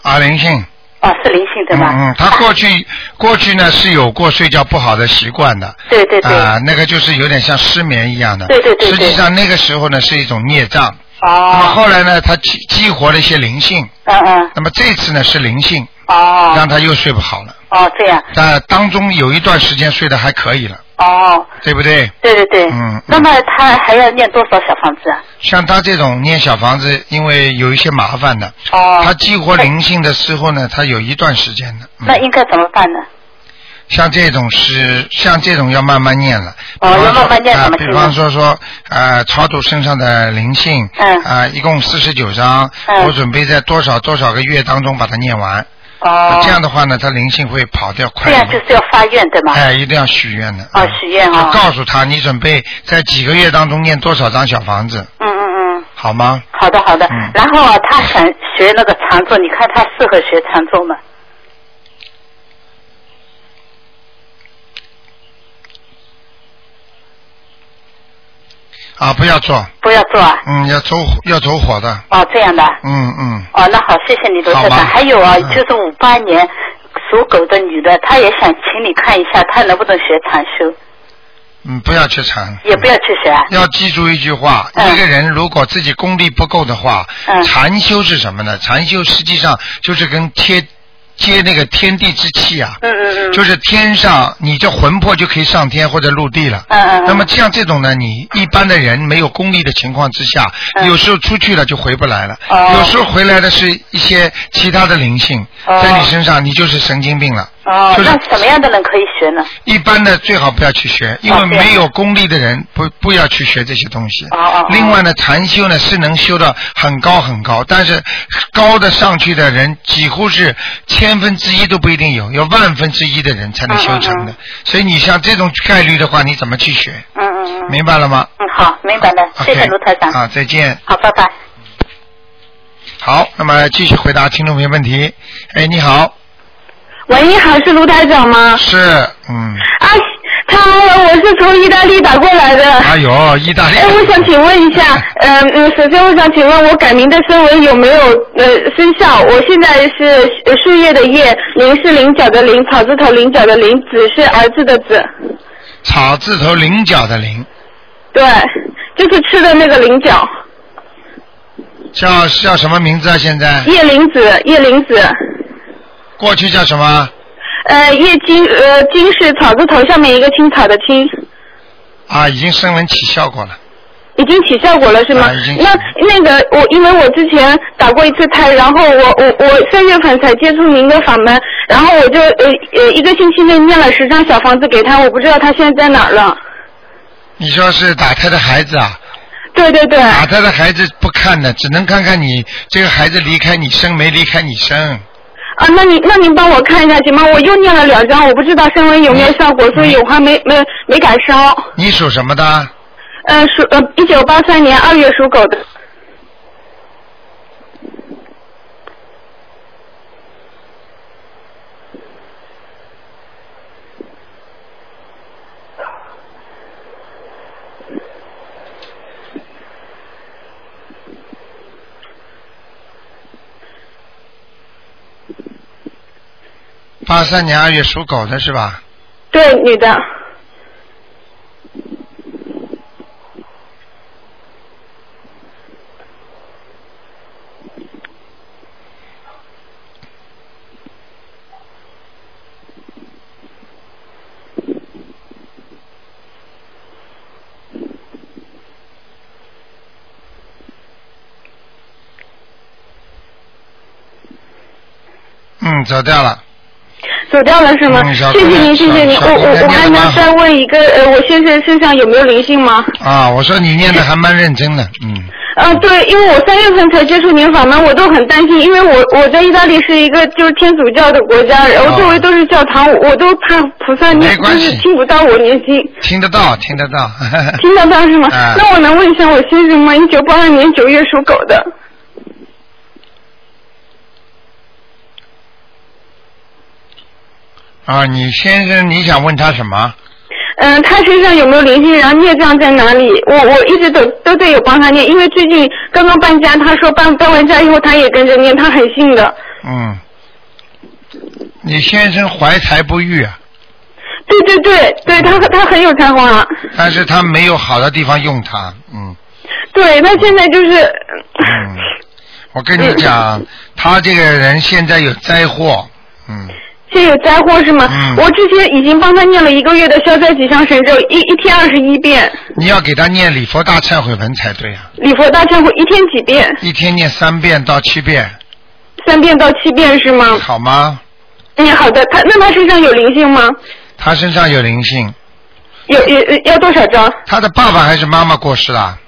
[SPEAKER 1] 啊灵性。
[SPEAKER 8] 哦，是灵性对吧？
[SPEAKER 1] 嗯嗯，他过去过去呢是有过睡觉不好的习惯的。
[SPEAKER 8] 对对对。
[SPEAKER 1] 啊、那个就是有点像失眠一样的。
[SPEAKER 8] 对对对对
[SPEAKER 1] 实际上那个时候呢是一种孽障，那么
[SPEAKER 8] 哦，
[SPEAKER 1] 后来呢他激激活了一些灵性，
[SPEAKER 8] 嗯嗯，
[SPEAKER 1] 那么这次呢是灵性，
[SPEAKER 8] 哦
[SPEAKER 1] 让他又睡不好了。
[SPEAKER 8] 哦这样，
[SPEAKER 1] 但当中有一段时间睡得还可以了，
[SPEAKER 8] 哦，
[SPEAKER 1] 对不对？
[SPEAKER 8] 对对对。
[SPEAKER 1] 嗯嗯
[SPEAKER 8] 那么她还要念多少小房子啊？
[SPEAKER 1] 像他这种念小房子，因为有一些麻烦的，
[SPEAKER 8] 哦，
[SPEAKER 1] 他激活灵性的时候呢，他有一段时间的。嗯
[SPEAKER 8] 那应该怎么办呢？
[SPEAKER 1] 像这种是像这种要慢慢念了。
[SPEAKER 8] 哦
[SPEAKER 1] 比方说
[SPEAKER 8] 要慢慢念
[SPEAKER 1] 啊、
[SPEAKER 8] 怎么
[SPEAKER 1] 比
[SPEAKER 8] 念
[SPEAKER 1] 方说说呃，超度身上的灵性。
[SPEAKER 8] 嗯
[SPEAKER 1] 啊、一共四十九章，
[SPEAKER 8] 嗯
[SPEAKER 1] 我准备在多少多少个月当中把它念完。
[SPEAKER 8] 哦，
[SPEAKER 1] 啊这样的话呢，它灵性会跑掉
[SPEAKER 8] 这
[SPEAKER 1] 快
[SPEAKER 8] 样
[SPEAKER 1] 一
[SPEAKER 8] 就
[SPEAKER 1] 点。
[SPEAKER 8] 是要发愿对吗？
[SPEAKER 1] 哎，一定要许愿的。
[SPEAKER 8] 哦
[SPEAKER 1] 嗯，
[SPEAKER 8] 许愿啊、
[SPEAKER 1] 就告诉他，你准备在几个月当中念多少张小房子，
[SPEAKER 8] 嗯嗯嗯，
[SPEAKER 1] 好吗？
[SPEAKER 8] 好的好的。
[SPEAKER 1] 嗯
[SPEAKER 8] 然后啊，他想学那个长咒，你看他适合学长咒吗？
[SPEAKER 1] 啊，不要做，
[SPEAKER 8] 不要做啊。
[SPEAKER 1] 嗯，要走火要走火的，
[SPEAKER 8] 哦，这样的。
[SPEAKER 1] 嗯嗯，
[SPEAKER 8] 哦，那好，谢谢你，罗
[SPEAKER 1] 好
[SPEAKER 8] 先
[SPEAKER 1] 吧
[SPEAKER 8] 生。还有啊，
[SPEAKER 1] 嗯
[SPEAKER 8] 就是五八年属狗的女的，她也想请你看一下，她能不能学禅修，
[SPEAKER 1] 嗯，不要去缠，
[SPEAKER 8] 也不要去学啊。
[SPEAKER 1] 要记住一句话：
[SPEAKER 8] 嗯
[SPEAKER 1] 一个人如果自己功力不够的话，
[SPEAKER 8] 嗯
[SPEAKER 1] 禅修是什么呢？禅修实际上就是跟贴接那个天地之气啊，
[SPEAKER 8] 嗯嗯嗯。
[SPEAKER 1] 就是天上你这魂魄就可以上天或者陆地了。
[SPEAKER 8] 嗯嗯。
[SPEAKER 1] 那么
[SPEAKER 8] 嗯
[SPEAKER 1] 像这种呢，你一般的人没有功力的情况之下，
[SPEAKER 8] 嗯
[SPEAKER 1] 有时候出去了就回不来了，
[SPEAKER 8] 哦
[SPEAKER 1] 有时候回来的是一些其他的灵性、
[SPEAKER 8] 哦
[SPEAKER 1] 在你身上，你就是神经病了。
[SPEAKER 8] 哦，
[SPEAKER 1] 就是
[SPEAKER 8] 那什么样的人可以学呢？
[SPEAKER 1] 一般的最好不要去学，因为
[SPEAKER 8] 哦对
[SPEAKER 1] 没有功力的人不不要去学这些东西。
[SPEAKER 8] 哦哦哦
[SPEAKER 1] 另外呢，禅修呢是能修到很高很高，但是高的上去的人几乎是千分之一都不一定有，要万分之一的人才能修成的。
[SPEAKER 8] 嗯
[SPEAKER 1] 所以你像这种概率的话，你怎么去学？
[SPEAKER 8] 嗯嗯嗯。
[SPEAKER 1] 明白了吗？
[SPEAKER 8] 嗯，好，明白了，谢谢
[SPEAKER 1] OK，
[SPEAKER 8] 卢台长。
[SPEAKER 1] 啊，再见。
[SPEAKER 8] 好，拜拜。
[SPEAKER 1] 好，那么继续回答听众朋友问题。哎，你好，
[SPEAKER 9] 喂，你好，是卢台长吗？
[SPEAKER 1] 是嗯，
[SPEAKER 9] 啊，他我是从意大利打过来的。
[SPEAKER 1] 哎呦，意大利。
[SPEAKER 9] 哎，我想请问一下，呃，嗯，首先我想请问，我改名的声纹有没有呃生效？我现在是呃树叶的叶，菱是菱角的菱，草字头菱角的菱，子是儿子的子，
[SPEAKER 1] 草字头菱角的菱，
[SPEAKER 9] 对，就是吃的那个菱角，
[SPEAKER 1] 叫叫什么名字啊？现在
[SPEAKER 9] 叶菱子，叶菱子，
[SPEAKER 1] 过去叫什么？
[SPEAKER 9] 呃，叶金呃金是草字头下面一个青草的青。
[SPEAKER 1] 啊，已经声纹起效果了。
[SPEAKER 9] 已经起效果了是吗？
[SPEAKER 1] 啊已经起
[SPEAKER 9] 那那个我因为我之前打过一次胎，然后我我我三月份才接触您的法门，然后我就呃呃一个星期内念了十张小房子给他，我不知道他现在在哪儿了。
[SPEAKER 1] 你说是打胎的孩子啊？
[SPEAKER 9] 对对对，
[SPEAKER 1] 打胎的孩子不看的，只能看看你这个孩子离开你生没离开你生。
[SPEAKER 9] 啊，那你那您帮我看一下行吗？我又念了两张，我不知道升温有没有效果，所以我还没没没敢烧。
[SPEAKER 1] 你属什么的？
[SPEAKER 9] 呃，属呃一九八三年二月属狗的，
[SPEAKER 1] 八三年二月属狗的是吧？
[SPEAKER 9] 对，女的。
[SPEAKER 1] 嗯，走掉了。
[SPEAKER 9] 走掉了是吗？
[SPEAKER 1] 嗯小
[SPEAKER 9] 谢谢您，
[SPEAKER 1] 小
[SPEAKER 9] 谢谢您。
[SPEAKER 1] 小
[SPEAKER 9] 我
[SPEAKER 1] 姑娘
[SPEAKER 9] 我我
[SPEAKER 1] 念
[SPEAKER 9] 还
[SPEAKER 1] 得蛮
[SPEAKER 9] 能
[SPEAKER 1] 好
[SPEAKER 9] 再问一个，呃，我先生身上有没有灵性吗？
[SPEAKER 1] 啊，我说你念的还蛮认真的，嗯，
[SPEAKER 9] 嗯，对，因为我三月份才接触您法门，我都很担心，因为我我在意大利是一个就是天主教的国家，然后周围都是教堂，我我都怕菩萨
[SPEAKER 1] 哦没
[SPEAKER 9] 念，就
[SPEAKER 1] 关系
[SPEAKER 9] 是听不到我念经，
[SPEAKER 1] 听得到，听得到。
[SPEAKER 9] 听得到是吗？
[SPEAKER 1] 啊
[SPEAKER 9] 那我能问一下我先生吗？一九八二年九月属狗的，
[SPEAKER 1] 啊，你先生，你想问他什么？
[SPEAKER 9] 嗯，他身上有没有灵性？然后孽障在哪里？我我一直都都得有帮他念，因为最近刚刚搬家，他说搬搬完家以后他也跟着念，他很信的。
[SPEAKER 1] 嗯，你先生怀才不遇啊，
[SPEAKER 9] 对对对对，他他很有才华、
[SPEAKER 1] 但是他没有好的地方用他，嗯。
[SPEAKER 9] 对他现在就是，
[SPEAKER 1] 嗯，我跟你
[SPEAKER 9] 嗯
[SPEAKER 1] 讲，他这个人现在有灾祸，嗯，
[SPEAKER 9] 现在有灾祸是吗？
[SPEAKER 1] 嗯
[SPEAKER 9] 我之前已经帮他念了一个月的消灾吉祥神咒，一一天二十一遍，
[SPEAKER 1] 你要给他念礼佛大忏悔文才对啊，
[SPEAKER 9] 礼佛大忏悔一天几遍，
[SPEAKER 1] 一天念三遍到七遍，
[SPEAKER 9] 三遍到七遍是吗？
[SPEAKER 1] 好吗？
[SPEAKER 9] 嗯，好的。他那他身上有灵性吗？
[SPEAKER 1] 他身上有灵性，
[SPEAKER 9] 有有要多少张？
[SPEAKER 1] 他的爸爸还是妈妈过世了，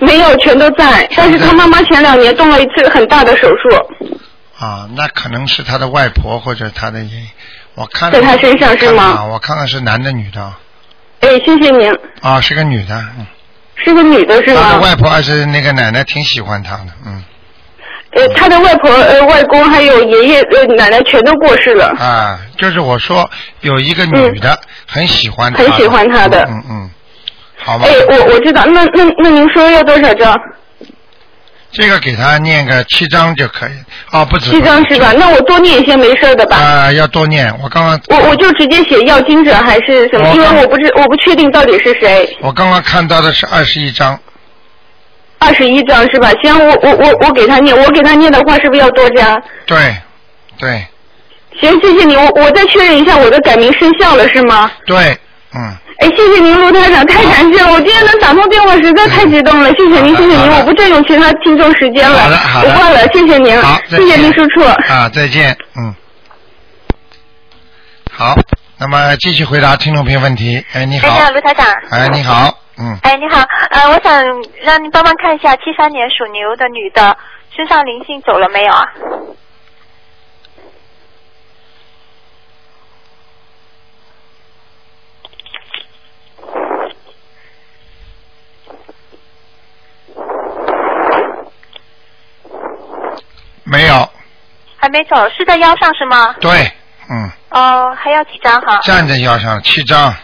[SPEAKER 9] 没有，全都在。但是他妈妈前两年动了一次很大的手术，
[SPEAKER 1] 啊，那可能是他的外婆或者他的爷，我看
[SPEAKER 9] 在他身上是吗
[SPEAKER 1] 啊，我看看是男的女的啊
[SPEAKER 9] 哎，谢谢您，
[SPEAKER 1] 啊，是个女的，嗯
[SPEAKER 9] 是个女的是啊
[SPEAKER 1] 他的
[SPEAKER 9] 吗？
[SPEAKER 1] 外婆还是那个奶奶挺喜欢他的，嗯，
[SPEAKER 9] 呃，他的外婆、呃、外公还有爷爷、呃奶奶全都过世了。
[SPEAKER 1] 啊，就是我说有一个女的很喜欢他的，
[SPEAKER 9] 嗯很喜欢他的
[SPEAKER 1] 嗯嗯。嗯好吧
[SPEAKER 9] 哎，我我知道，那那那您说要多少张？
[SPEAKER 1] 这个给他念个七章就可以，啊，不止
[SPEAKER 9] 七张是吧？那我多念一些没事儿的吧。
[SPEAKER 1] 啊、要多念。我刚刚
[SPEAKER 9] 我我就直接写要经者还是什么？
[SPEAKER 1] 我
[SPEAKER 9] 因为我不知我不确定到底是谁。
[SPEAKER 1] 我刚刚看到的是二十一章，
[SPEAKER 9] 二十一张是吧？行，我我我我给他念，我给他念的话是不是要多加？
[SPEAKER 1] 对，对，
[SPEAKER 9] 行，谢谢你，我我再确认一下我的改名生效了是吗？
[SPEAKER 1] 对，嗯，
[SPEAKER 9] 哎，谢谢您，卢台长，太感谢了！我今天能打通电话，实在太激动了，谢谢您，谢谢您，我不占用其他听众时间了，
[SPEAKER 1] 好的好的
[SPEAKER 9] 我挂了，谢谢您，
[SPEAKER 1] 好再
[SPEAKER 9] 谢谢
[SPEAKER 1] 见
[SPEAKER 9] 秘书处。
[SPEAKER 1] 啊，再见，嗯。好，那么继续回答听众朋友问题。哎，你
[SPEAKER 10] 台
[SPEAKER 1] 好，
[SPEAKER 10] 长，卢台长。
[SPEAKER 1] 哎，你好，嗯，
[SPEAKER 10] 哎，你好，呃，我想让您帮忙看一下，七三年属牛的女的身上灵性走了没有啊？
[SPEAKER 1] 没有，
[SPEAKER 10] 还没走，是在腰上是吗？
[SPEAKER 1] 对，嗯，
[SPEAKER 10] 哦、还要几张哈？
[SPEAKER 1] 站在腰上七张，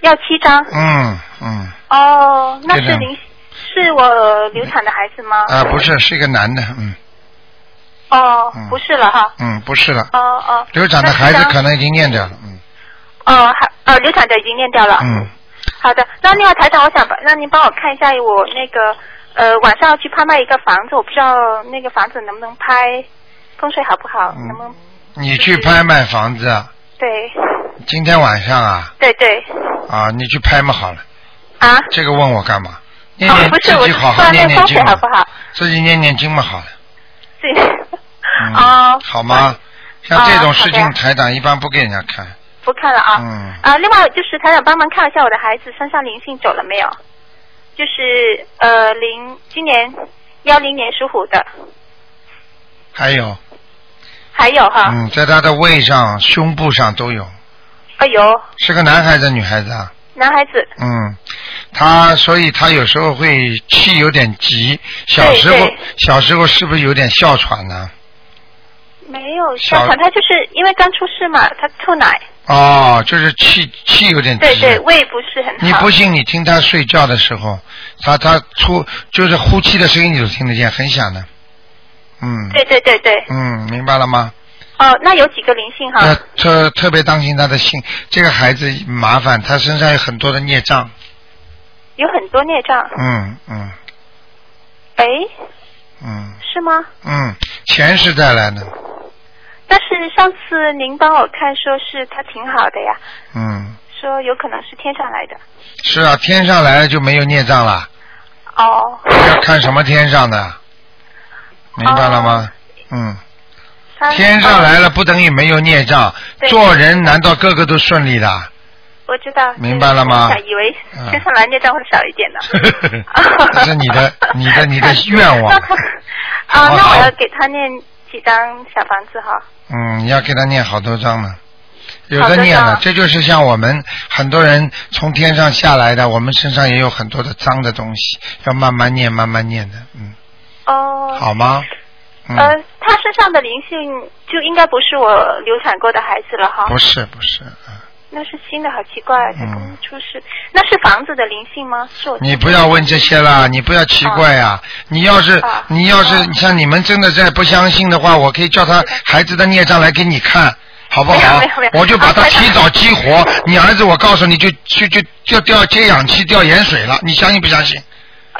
[SPEAKER 10] 要七张。
[SPEAKER 1] 嗯嗯，
[SPEAKER 10] 哦，那
[SPEAKER 1] 对
[SPEAKER 10] 是
[SPEAKER 1] 的
[SPEAKER 10] 灵，是我流产的孩子吗？
[SPEAKER 1] 啊，不是，是一个男的，嗯
[SPEAKER 10] 哦
[SPEAKER 1] 嗯，
[SPEAKER 10] 不是了哈。
[SPEAKER 1] 嗯，不是了，
[SPEAKER 10] 哦哦。
[SPEAKER 1] 流产的孩
[SPEAKER 10] 那
[SPEAKER 1] 子
[SPEAKER 10] 七张
[SPEAKER 1] 可能已经念掉了，嗯
[SPEAKER 10] 哦，还呃，流产的已经念掉了。
[SPEAKER 1] 嗯，
[SPEAKER 10] 好的，那另外台长，我想帮让您帮我看一下我那个呃晚上要去拍卖一个房子，我不知道那个房子能不能拍，风水好不好，
[SPEAKER 1] 嗯
[SPEAKER 10] 能不能
[SPEAKER 1] 你去拍卖房子啊？
[SPEAKER 10] 对
[SPEAKER 1] 今天晚上啊
[SPEAKER 10] 对对
[SPEAKER 1] 啊，你去拍嘛好了，
[SPEAKER 10] 啊？
[SPEAKER 1] 这个问我干嘛？念
[SPEAKER 10] 哦
[SPEAKER 1] 念
[SPEAKER 10] 不是
[SPEAKER 1] 自
[SPEAKER 10] 我
[SPEAKER 1] 己
[SPEAKER 10] 是
[SPEAKER 1] 好
[SPEAKER 10] 说
[SPEAKER 1] 好念
[SPEAKER 10] 那
[SPEAKER 1] 念
[SPEAKER 10] 风
[SPEAKER 1] 经
[SPEAKER 10] 水
[SPEAKER 1] 嘛
[SPEAKER 10] 好不好？
[SPEAKER 1] 自己念念经嘛好了，
[SPEAKER 10] 自己
[SPEAKER 1] 嗯，
[SPEAKER 10] 哦
[SPEAKER 1] 好吗？像这种事
[SPEAKER 10] 哦
[SPEAKER 1] 情，
[SPEAKER 10] 好的
[SPEAKER 1] 台长一般不给人家看，
[SPEAKER 10] 不看了啊。
[SPEAKER 1] 嗯，
[SPEAKER 10] 啊，另外就是台长帮忙看一下我的孩子身上灵性走了没有？就是呃零今年幺零年属虎的，
[SPEAKER 1] 还有，
[SPEAKER 10] 还有哈，
[SPEAKER 1] 嗯，在他的胃上、胸部上都有，
[SPEAKER 10] 哎呦，
[SPEAKER 1] 是个男孩子、女孩子啊？
[SPEAKER 10] 男孩子，
[SPEAKER 1] 嗯，他所以他有时候会气有点急，小时候
[SPEAKER 10] 对
[SPEAKER 1] 小时候是不是有点哮喘呢？
[SPEAKER 10] 没有
[SPEAKER 1] 小
[SPEAKER 10] 哮喘，他就是因为刚出世嘛，他吐奶，
[SPEAKER 1] 哦，就是气气有点急。
[SPEAKER 10] 对对，胃不是很好。
[SPEAKER 1] 嗯你不信，你听他睡觉的时候，他他出就是呼气的声音，你都听得见，很响的。嗯
[SPEAKER 10] 对对对对，
[SPEAKER 1] 嗯，明白了吗？
[SPEAKER 10] 哦，那有几个灵性
[SPEAKER 1] 要
[SPEAKER 10] 哈？
[SPEAKER 1] 特特别当心他的心，这个孩子麻烦，他身上有很多的孽障。
[SPEAKER 10] 有很多孽障，
[SPEAKER 1] 嗯嗯
[SPEAKER 10] 哎，
[SPEAKER 1] 嗯
[SPEAKER 10] 是吗？
[SPEAKER 1] 嗯，前世带来的。
[SPEAKER 10] 但是上次您帮我看说是他挺好的呀，
[SPEAKER 1] 嗯，
[SPEAKER 10] 说有可能是天上来的。
[SPEAKER 1] 是啊，天上来了就没有孽障了。
[SPEAKER 10] 哦，
[SPEAKER 1] 要看什么天上的，明白了吗？
[SPEAKER 10] 哦
[SPEAKER 1] 嗯，
[SPEAKER 10] 他
[SPEAKER 1] 天上来了不等于没有孽障，
[SPEAKER 10] 对
[SPEAKER 1] 做人难道个个都顺利 的？
[SPEAKER 10] 我知道。
[SPEAKER 1] 明白了吗
[SPEAKER 10] 我想以为
[SPEAKER 1] 嗯
[SPEAKER 10] 天上来孽障会少一点呢。
[SPEAKER 1] 这是你的、 你的、你的愿望。
[SPEAKER 10] 啊，
[SPEAKER 1] 好
[SPEAKER 10] 那
[SPEAKER 1] 好
[SPEAKER 10] 我要给他念几张小房子哈？
[SPEAKER 1] 嗯，你要给他念好多章呢，有
[SPEAKER 10] 好
[SPEAKER 1] 的
[SPEAKER 10] 多
[SPEAKER 1] 念了
[SPEAKER 10] 章，
[SPEAKER 1] 这就是像我们很多人从天上下来的，我们身上也有很多的脏的东西，要慢慢念、慢慢念的，嗯，
[SPEAKER 10] 哦。
[SPEAKER 1] 好吗？
[SPEAKER 10] 呃
[SPEAKER 1] 嗯，，
[SPEAKER 10] 他身上的灵性就应该不是我流产过的孩子了哈，
[SPEAKER 1] 不是不是，
[SPEAKER 10] 那是新的，好奇怪，才
[SPEAKER 1] 嗯
[SPEAKER 10] 刚出世。那是房子的灵性吗？是我
[SPEAKER 1] 你不要问这些啦，你不要奇怪呀、你要是、你要是、像你们真的在不相信的话，我可以叫他孩子的孽障来给你看，好不好
[SPEAKER 10] 没有没有没有？
[SPEAKER 1] 我就把他
[SPEAKER 10] 啊
[SPEAKER 1] 提早激活。你儿子，我告诉你就就就就掉接氧气、掉盐水了，你相信不相信？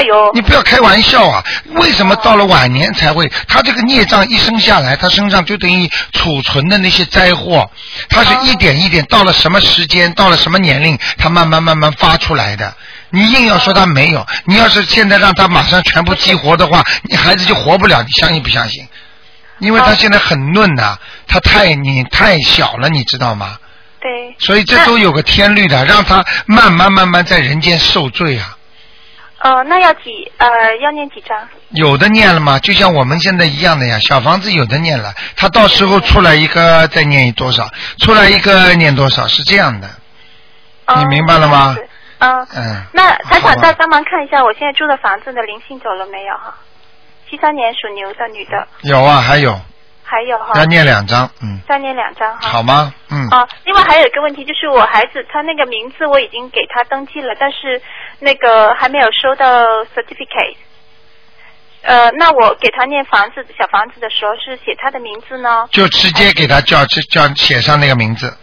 [SPEAKER 10] 哎呦，
[SPEAKER 1] 你不要开玩笑啊！为什么到了晚年才会？他这个孽障一生下来，他身上就等于储存的那些灾祸，他是一点一点到了什么时间，到了什么年龄，他慢慢慢慢发出来的。你硬要说他没有，你要是现在让他马上全部激活的话，你孩子就活不了。你相信不相信？因为他现在很嫩呐、他太你太小了，你知道吗？
[SPEAKER 10] 对，
[SPEAKER 1] 所以这都有个天律的，让他慢慢慢慢在人间受罪啊。
[SPEAKER 10] 呃，那要几呃要念几张？
[SPEAKER 1] 有的念了嘛，就像我们现在一样的呀。小房子有的念了，他到时候出来一个再念多少，出来一个念多少，是这样的。
[SPEAKER 11] 哦
[SPEAKER 1] 你明白了吗？
[SPEAKER 10] 哦嗯、
[SPEAKER 1] 嗯，
[SPEAKER 10] 那台
[SPEAKER 1] 好
[SPEAKER 10] 长
[SPEAKER 1] 吧
[SPEAKER 10] 再帮忙看一下我现在住的房子的灵性走了没有哈？七三年属牛的女的，
[SPEAKER 11] 哦
[SPEAKER 1] 有啊，还有，
[SPEAKER 10] 还有哈。
[SPEAKER 1] 要念两张，嗯，
[SPEAKER 10] 再念两张哈。
[SPEAKER 1] 好吗？嗯，
[SPEAKER 10] 哦，另外还有一个问题，就是我孩子他那个名字我已经给他登记了，但是那个还没有收到 certificate。呃，那我给他念房子小房子的时候是写他的名字呢？
[SPEAKER 1] 就直接给他叫叫写上那个名字，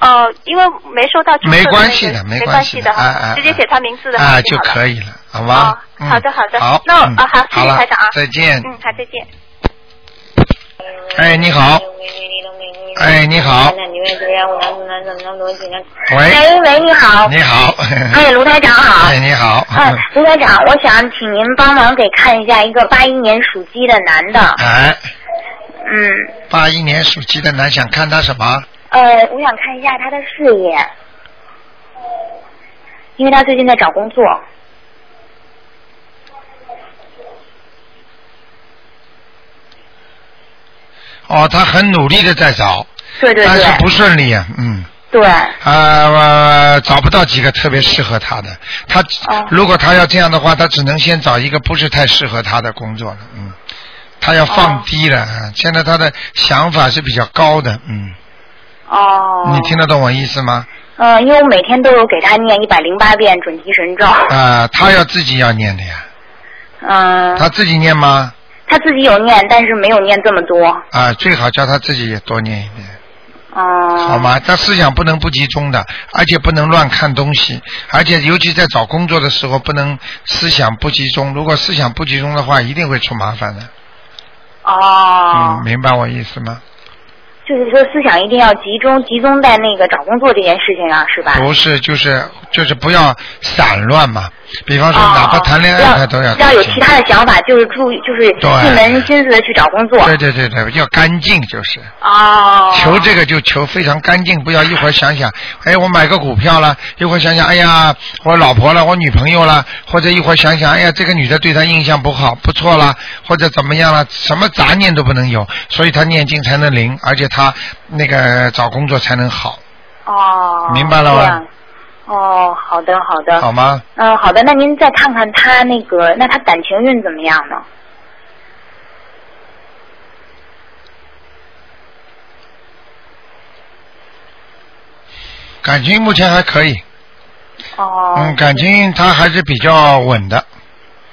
[SPEAKER 10] 哦、因为没收到注册的那
[SPEAKER 1] 没
[SPEAKER 10] 个、
[SPEAKER 1] 关系的没
[SPEAKER 10] 没关
[SPEAKER 1] 关
[SPEAKER 10] 系
[SPEAKER 1] 系
[SPEAKER 10] 的
[SPEAKER 1] 的
[SPEAKER 10] 哈，
[SPEAKER 1] 哎哎
[SPEAKER 10] 直接写他名字的
[SPEAKER 1] 啊
[SPEAKER 10] 话
[SPEAKER 1] 就
[SPEAKER 10] 好了哦
[SPEAKER 1] 可以了，好
[SPEAKER 11] 哦
[SPEAKER 1] 吗？嗯
[SPEAKER 10] 好的好的，
[SPEAKER 1] 好，
[SPEAKER 10] 那我、
[SPEAKER 1] 嗯
[SPEAKER 10] 啊好，谢
[SPEAKER 1] 好
[SPEAKER 10] 谢
[SPEAKER 1] 了
[SPEAKER 10] 台长啊，
[SPEAKER 1] 再见。
[SPEAKER 10] 嗯，好，再见。
[SPEAKER 1] 哎，你好，哎，你好，喂，
[SPEAKER 11] 哎喂喂，你好。
[SPEAKER 1] 你好，
[SPEAKER 11] 哎，卢台长好。
[SPEAKER 1] 哎，你好，
[SPEAKER 11] 嗯，卢台长，我想请您帮忙给看一下一个八一年属鸡的男的。
[SPEAKER 1] 哎，
[SPEAKER 11] 嗯，
[SPEAKER 1] 八一年属鸡的男想看他什么？
[SPEAKER 11] 呃，我想看一下他的事业，因为他最近在找工作。
[SPEAKER 1] 哦，他很努力的在找，
[SPEAKER 11] 对对
[SPEAKER 1] 但是
[SPEAKER 11] 对，
[SPEAKER 1] 不顺利，嗯。
[SPEAKER 11] 对，
[SPEAKER 1] 啊、我找不到几个特别适合他的。他、
[SPEAKER 11] 哦
[SPEAKER 1] 如果他要这样的话，他只能先找一个不是太适合他的工作了。嗯，他要放低了。啊现在他的想法是比较高的。嗯，
[SPEAKER 11] 哦。
[SPEAKER 1] 你听得懂我意思吗？
[SPEAKER 11] 嗯、因为我每天都有给他念一百零八遍准提神咒。
[SPEAKER 1] 啊、他要自己要念的呀。
[SPEAKER 11] 嗯、
[SPEAKER 1] 他自己念吗？
[SPEAKER 11] 他自己有念，但是没有念这么多。
[SPEAKER 1] 啊、最好叫他自己也多念一念，
[SPEAKER 11] 嗯、
[SPEAKER 1] 好吗？他思想不能不集中的，而且不能乱看东西，而且尤其在找工作的时候，不能思想不集中。如果思想不集中的话，一定会出麻烦的。
[SPEAKER 11] 哦，
[SPEAKER 1] 嗯，明白我意思吗？
[SPEAKER 11] 就是说思想一定要集中，集中在那个找工作这件事情啊上，是吧？
[SPEAKER 1] 不是，就是就是不要散乱嘛。比方说，啊哪怕谈恋爱，他都要
[SPEAKER 11] 哦啊要有
[SPEAKER 1] 干净
[SPEAKER 11] 其他的想法，就是注意，就是
[SPEAKER 1] 对
[SPEAKER 11] 一门心思的去找工作。
[SPEAKER 1] 对对对对，要干净就是。
[SPEAKER 11] 哦。
[SPEAKER 1] 求这个就求非常干净，不要一会儿想想，哎，我买个股票了，一会儿想想，哎呀，我老婆了，我女朋友了，或者一会儿想想，哎呀，这个女的对他印象不好，不错啦，或者怎么样了，什么杂念都不能有，所以他念经才能灵，而且他那个找工作才能好，
[SPEAKER 11] 哦。
[SPEAKER 1] 明白了
[SPEAKER 11] 这
[SPEAKER 1] 吗
[SPEAKER 11] 样？哦，好的，好的。
[SPEAKER 1] 好吗？
[SPEAKER 11] 嗯，好的，那您再看看他那个，那他感情运怎么样呢？
[SPEAKER 1] 感情目前还可以，
[SPEAKER 11] 哦。
[SPEAKER 1] 嗯，感情他还是比较稳的，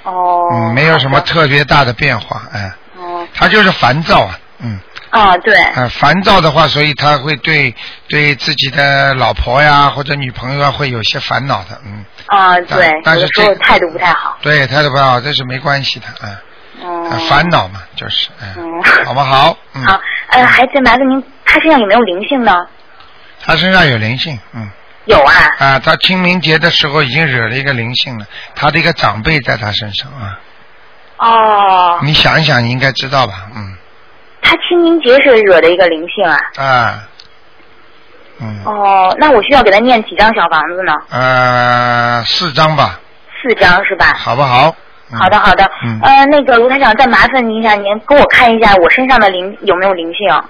[SPEAKER 11] 哦。
[SPEAKER 1] 嗯，没有什么特别大的变化，哎，
[SPEAKER 11] 哦。
[SPEAKER 1] 他就是烦躁啊，嗯，
[SPEAKER 11] 哦，对。
[SPEAKER 1] 啊，烦躁的话，所以他会对对自己的老婆呀或者女朋友啊会有些烦恼的，嗯，
[SPEAKER 11] 啊，对
[SPEAKER 1] 但，但是
[SPEAKER 11] 有的时候
[SPEAKER 1] 这
[SPEAKER 11] 态度不太好。
[SPEAKER 1] 对，态度不好这是没关系的，啊，
[SPEAKER 11] 嗯
[SPEAKER 1] 啊。烦恼嘛，就是，嗯，
[SPEAKER 11] 嗯。
[SPEAKER 1] 好不好？嗯，
[SPEAKER 11] 好，呃，还再麻烦您，他身上有没有灵性呢？
[SPEAKER 1] 他身上有灵性，嗯，
[SPEAKER 11] 有啊。
[SPEAKER 1] 啊，他清明节的时候已经惹了一个灵性了，他的一个长辈在他身上啊，
[SPEAKER 11] 哦，
[SPEAKER 1] 你想一想，你应该知道吧，嗯，
[SPEAKER 11] 他清明节是惹的一个灵性啊。
[SPEAKER 1] 啊。
[SPEAKER 11] 哦，那我需要给他念几张小房子呢？
[SPEAKER 1] 呃，四张吧，
[SPEAKER 11] 四张是吧？
[SPEAKER 1] 好不好？嗯
[SPEAKER 11] 好的，好的。
[SPEAKER 1] 嗯
[SPEAKER 11] 呃，那个卢台长，再麻烦您一下，您给我看一下我身上的灵有没有灵性，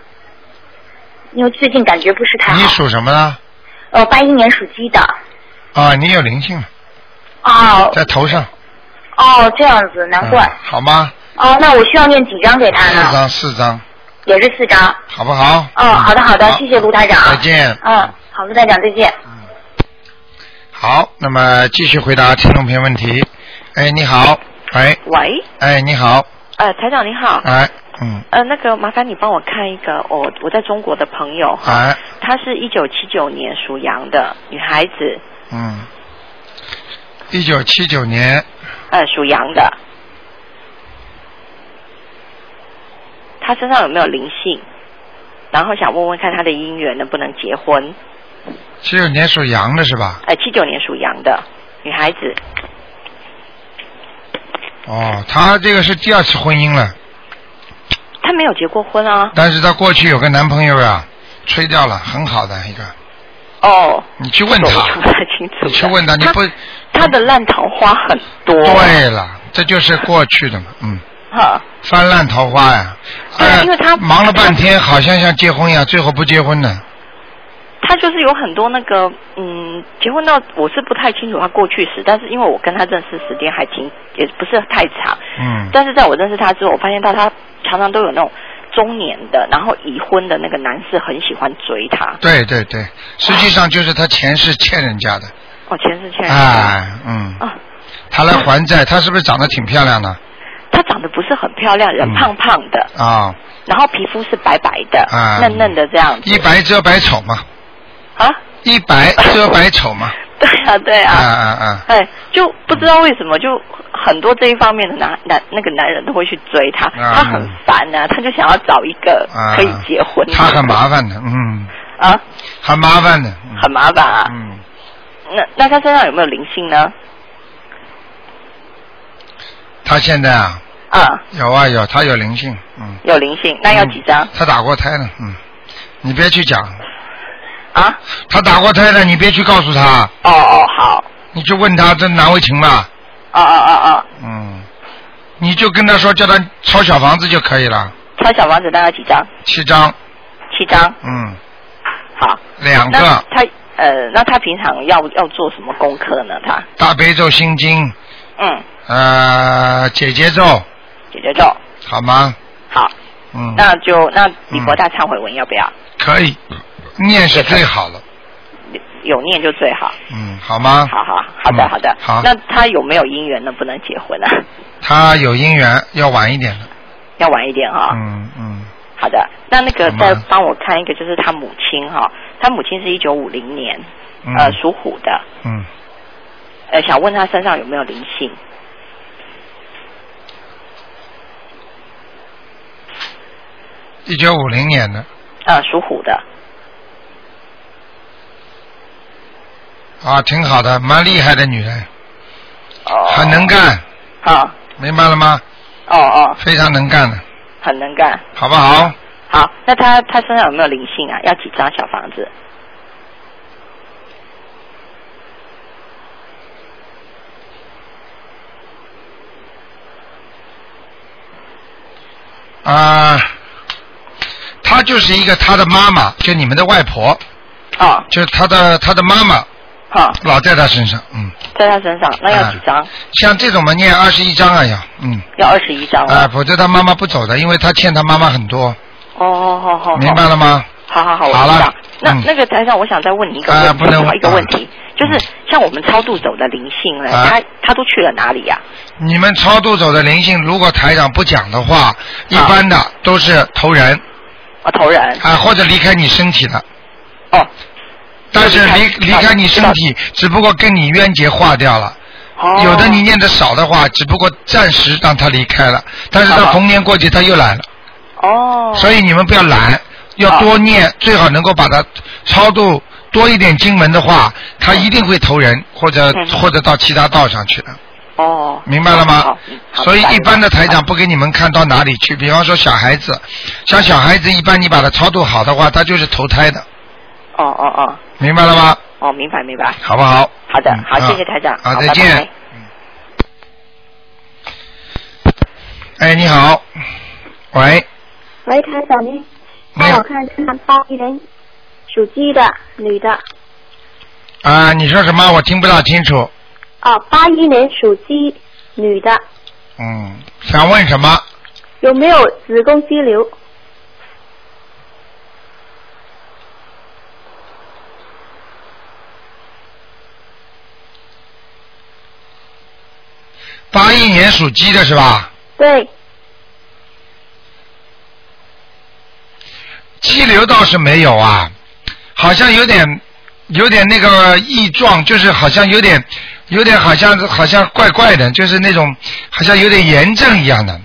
[SPEAKER 11] 因为最近感觉不是太
[SPEAKER 1] 你
[SPEAKER 11] 好。
[SPEAKER 1] 属什么呢？
[SPEAKER 11] 呃，八一年属鸡的。
[SPEAKER 1] 啊，你有灵性了，
[SPEAKER 11] 哦
[SPEAKER 1] 在头上。
[SPEAKER 11] 哦，这样子，难怪。
[SPEAKER 1] 嗯好吗？
[SPEAKER 11] 哦，那我需要念几张给他
[SPEAKER 1] 四
[SPEAKER 11] 呢？
[SPEAKER 1] 张，四张，
[SPEAKER 11] 也是四张。
[SPEAKER 1] 好不好？
[SPEAKER 11] 啊哦，好的，好的，谢谢卢台长。
[SPEAKER 1] 再。见。
[SPEAKER 11] 嗯，好，卢台长，再见。
[SPEAKER 1] 好，那么继续回答听众朋友问题。哎，你好，喂，
[SPEAKER 12] 喂，
[SPEAKER 1] 哎，你好，
[SPEAKER 12] 呃，台长你好，
[SPEAKER 1] 哎，嗯，
[SPEAKER 12] 呃，那个麻烦你帮我看一个我、我在中国的朋友哈，
[SPEAKER 1] 哎，
[SPEAKER 12] 她是一九七九年属羊的女孩子，
[SPEAKER 1] 嗯，一九七九年，
[SPEAKER 12] 呃，属羊的，她身上有没有灵性？然后想问问看她的姻缘能不能结婚？
[SPEAKER 1] 七九年属羊的是吧？
[SPEAKER 12] 呃，七九年属羊的女孩子，
[SPEAKER 1] 哦，她这个是第二次婚姻了，
[SPEAKER 12] 她没有结过婚啊。
[SPEAKER 1] 但是她过去有个男朋友呀，吹掉了，很好的一个。
[SPEAKER 12] 哦，
[SPEAKER 1] 你去问
[SPEAKER 12] 说
[SPEAKER 1] 他
[SPEAKER 12] 不，太清楚。
[SPEAKER 1] 你去问他，你不
[SPEAKER 12] 她的烂桃花很多。
[SPEAKER 1] 对了，这就是过去的嘛，嗯。
[SPEAKER 12] 哈，
[SPEAKER 1] 翻烂桃花呀！哎，因为他忙了半天，好像像结婚一样，最后不结婚的。
[SPEAKER 12] 他就是有很多那个，嗯，结婚到我是不太清楚他过去时，但是因为我跟他认识时间还挺，也不是太长，
[SPEAKER 1] 嗯
[SPEAKER 12] 但是在我认识他之后，我发现到他常常都有那种中年的，然后已婚的那个男士很喜欢追她。
[SPEAKER 1] 对对对，实际上就是他钱是欠人家的，
[SPEAKER 12] 哦，前世欠人家。
[SPEAKER 1] 哎，嗯，他来还债，他是不是长得挺漂亮的
[SPEAKER 12] 她长得不是很漂亮，人胖胖的，
[SPEAKER 1] 啊？
[SPEAKER 12] 然后皮肤是白白的，
[SPEAKER 1] 啊
[SPEAKER 12] 嫩嫩的这样子。
[SPEAKER 1] 一白遮百丑嘛，
[SPEAKER 12] 啊？
[SPEAKER 1] 一白遮百丑嘛，
[SPEAKER 12] 对啊，对
[SPEAKER 1] 啊
[SPEAKER 12] 啊。
[SPEAKER 1] 啊啊！
[SPEAKER 12] 哎，就不知道为什么，就很多这一方面的男男那个男人都会去追她，
[SPEAKER 1] 啊
[SPEAKER 12] 她很烦啊，她就想要找一个
[SPEAKER 1] 啊
[SPEAKER 12] 可以结婚的。
[SPEAKER 1] 他很麻烦的，嗯，
[SPEAKER 12] 啊，
[SPEAKER 1] 很麻烦的，
[SPEAKER 12] 很麻烦啊。
[SPEAKER 1] 嗯。
[SPEAKER 12] 那那她身上有没有灵性呢？
[SPEAKER 1] 他现在啊，
[SPEAKER 12] 啊，
[SPEAKER 1] 有啊有，他有灵性，嗯，
[SPEAKER 12] 有灵性，那要几张？
[SPEAKER 1] 他打过胎呢，嗯，你别去讲。
[SPEAKER 12] 啊？
[SPEAKER 1] 他打过胎了，你别去告诉他。
[SPEAKER 12] 哦哦，好。
[SPEAKER 1] 你就问他这难为情吧，
[SPEAKER 12] 哦哦哦
[SPEAKER 1] 嗯，你就跟他说叫他抄小房子就可以了，
[SPEAKER 12] 哦，她小房子那要几张？
[SPEAKER 1] 七张，
[SPEAKER 12] 七张，
[SPEAKER 1] 嗯，
[SPEAKER 12] 好。
[SPEAKER 1] 两
[SPEAKER 12] 那
[SPEAKER 1] 个
[SPEAKER 12] 她呃，那她平常要要做什么功课呢？她
[SPEAKER 1] 大悲咒心经，
[SPEAKER 12] 嗯，
[SPEAKER 1] 呃，姐姐咒，
[SPEAKER 12] 姐姐咒，
[SPEAKER 1] 好吗？
[SPEAKER 12] 好，
[SPEAKER 1] 嗯，
[SPEAKER 12] 那就那李国大忏悔文要不要？
[SPEAKER 1] 可以，念是最好了，
[SPEAKER 12] 有念就最好。
[SPEAKER 1] 嗯，好吗？
[SPEAKER 12] 好好好的
[SPEAKER 1] 嗯
[SPEAKER 12] 好的。
[SPEAKER 1] 好
[SPEAKER 12] 那他有没有姻缘能不能结婚啊？
[SPEAKER 1] 他有姻缘，要晚一点的，
[SPEAKER 12] 要晚一点啊哈、
[SPEAKER 1] 嗯嗯，
[SPEAKER 12] 好的，那那个
[SPEAKER 1] 好吗
[SPEAKER 12] 再帮我看一个，就是他母亲哈、他母亲是一九五零年，
[SPEAKER 1] 嗯
[SPEAKER 12] 呃，属虎的，
[SPEAKER 1] 嗯，
[SPEAKER 12] 呃，想问他身上有没有灵性？
[SPEAKER 1] 一九五零年的
[SPEAKER 12] 呃，属虎的，
[SPEAKER 1] 啊，挺好的，蛮厉害的女人，
[SPEAKER 12] 哦，
[SPEAKER 1] 很能干，
[SPEAKER 12] 好，
[SPEAKER 1] 明白了吗？
[SPEAKER 12] 哦哦，
[SPEAKER 1] 非常能干的，
[SPEAKER 12] 很能干。
[SPEAKER 1] 好不好？
[SPEAKER 12] 好，那他他身上有没有灵性啊？要几张小房子？
[SPEAKER 1] 啊、她就是一个她的妈妈，就你们的外婆。
[SPEAKER 12] 啊。
[SPEAKER 1] 就是她的她的妈妈。
[SPEAKER 12] 啊。
[SPEAKER 1] 老在她身上，嗯。
[SPEAKER 12] 在他身上，那要几张？
[SPEAKER 1] 像这种嘛，念二十一章啊要，啊嗯。
[SPEAKER 12] 要二十一张
[SPEAKER 1] 啊、
[SPEAKER 12] 啊。
[SPEAKER 1] 否则她妈妈不走的，因为她欠她妈妈很多，
[SPEAKER 12] 哦哦哦哦。
[SPEAKER 1] 明白了？吗？
[SPEAKER 12] 好好好，我
[SPEAKER 1] 好
[SPEAKER 12] 知
[SPEAKER 1] 了
[SPEAKER 12] 道。那
[SPEAKER 1] 嗯
[SPEAKER 12] 那个台上，我想再问你一个
[SPEAKER 1] 啊
[SPEAKER 12] 问
[SPEAKER 1] 不能
[SPEAKER 12] 题，一个问题，就是像我们超度走的灵性呢，
[SPEAKER 1] 啊
[SPEAKER 12] 他他都去了哪里呀？啊
[SPEAKER 1] 你们超度走的灵性，如果台长不讲的话，一般的都是投人。
[SPEAKER 12] 啊，投人。
[SPEAKER 1] 啊，或者离开你身体了。
[SPEAKER 12] 哦。啊
[SPEAKER 1] 但是离离开你身体，只不过跟你冤结化掉了。
[SPEAKER 12] 哦
[SPEAKER 1] 有的你念的少的话，只不过暂时让他离开了，但是他逢年过节他又来了。
[SPEAKER 12] 哦。啊
[SPEAKER 1] 所以你们不要懒，要多念，最好能够把它超度多一点经文的话，
[SPEAKER 12] 嗯
[SPEAKER 1] 他一定会投人，或者或者到其他道上去的。
[SPEAKER 12] 哦。
[SPEAKER 1] 明白了吗
[SPEAKER 12] 好？
[SPEAKER 1] 所以一般的台长不给你们看到哪里去，比方说小孩子，像小孩子一般你把他超度好的话，他就是投胎的，
[SPEAKER 12] 哦哦哦。
[SPEAKER 1] 明白了吗？
[SPEAKER 12] 哦，明白明白。
[SPEAKER 1] 好不好？
[SPEAKER 12] 好的
[SPEAKER 1] 嗯，
[SPEAKER 12] 好，谢谢
[SPEAKER 1] 啊
[SPEAKER 12] 台长。
[SPEAKER 1] 好，
[SPEAKER 12] 好，
[SPEAKER 1] 再
[SPEAKER 12] 拜拜
[SPEAKER 1] 见。哎，你好，喂，
[SPEAKER 13] 喂，台长您，
[SPEAKER 1] 你
[SPEAKER 13] 哎帮我看看八一零属鸡的女的，
[SPEAKER 1] 啊，你说什么？我听不大清楚。
[SPEAKER 13] 哦，八一年属鸡女的
[SPEAKER 1] 嗯，想问什么？
[SPEAKER 13] 有没有子宫肌瘤？
[SPEAKER 1] 八一年属鸡的是吧？
[SPEAKER 13] 对，
[SPEAKER 1] 肌瘤倒是没有啊，好像有点有点那个异状，就是好像有点有点好像好像怪怪的，就是那种好像有点炎症一样的，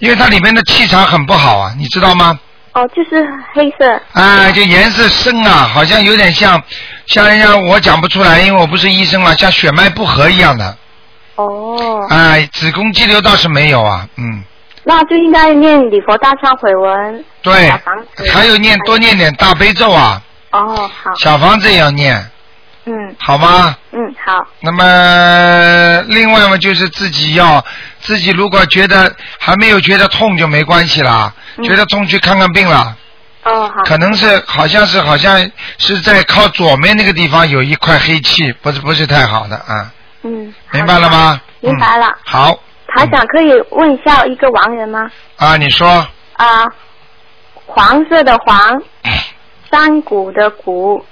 [SPEAKER 1] 因为它里面的气场很不好啊，你知道吗？
[SPEAKER 13] 哦，就是黑色。
[SPEAKER 1] 啊，就颜色深啊，好像有点像像人家我讲不出来，因为我不是医生了，像血脉不和一样的。
[SPEAKER 13] 哦，
[SPEAKER 1] 哎、子宫肌瘤倒是没有啊，嗯，
[SPEAKER 13] 那就应该念礼佛大忏悔文。
[SPEAKER 1] 对
[SPEAKER 13] 小房子，
[SPEAKER 1] 还有念多念点大悲咒啊，
[SPEAKER 13] 哦，好，
[SPEAKER 1] 小房子也要念，
[SPEAKER 13] 嗯
[SPEAKER 1] 好吗？
[SPEAKER 13] 嗯，好，
[SPEAKER 1] 那么另外嘛，就是自己要自己如果觉得还没有觉得痛就没关系啦，
[SPEAKER 13] 嗯
[SPEAKER 1] 觉得痛去看看病啦。
[SPEAKER 13] 哦好，
[SPEAKER 1] 可能是好像是好像是在靠左面那个地方有一块黑气，不是不是太好的啊，
[SPEAKER 13] 嗯，
[SPEAKER 1] 明白了吗？
[SPEAKER 13] 明白了
[SPEAKER 1] 嗯。好
[SPEAKER 13] 台长可以问一下一个亡人吗？
[SPEAKER 1] 啊，你说
[SPEAKER 13] 啊，
[SPEAKER 3] 黄色的黄，
[SPEAKER 1] 嗯
[SPEAKER 3] 山谷的谷，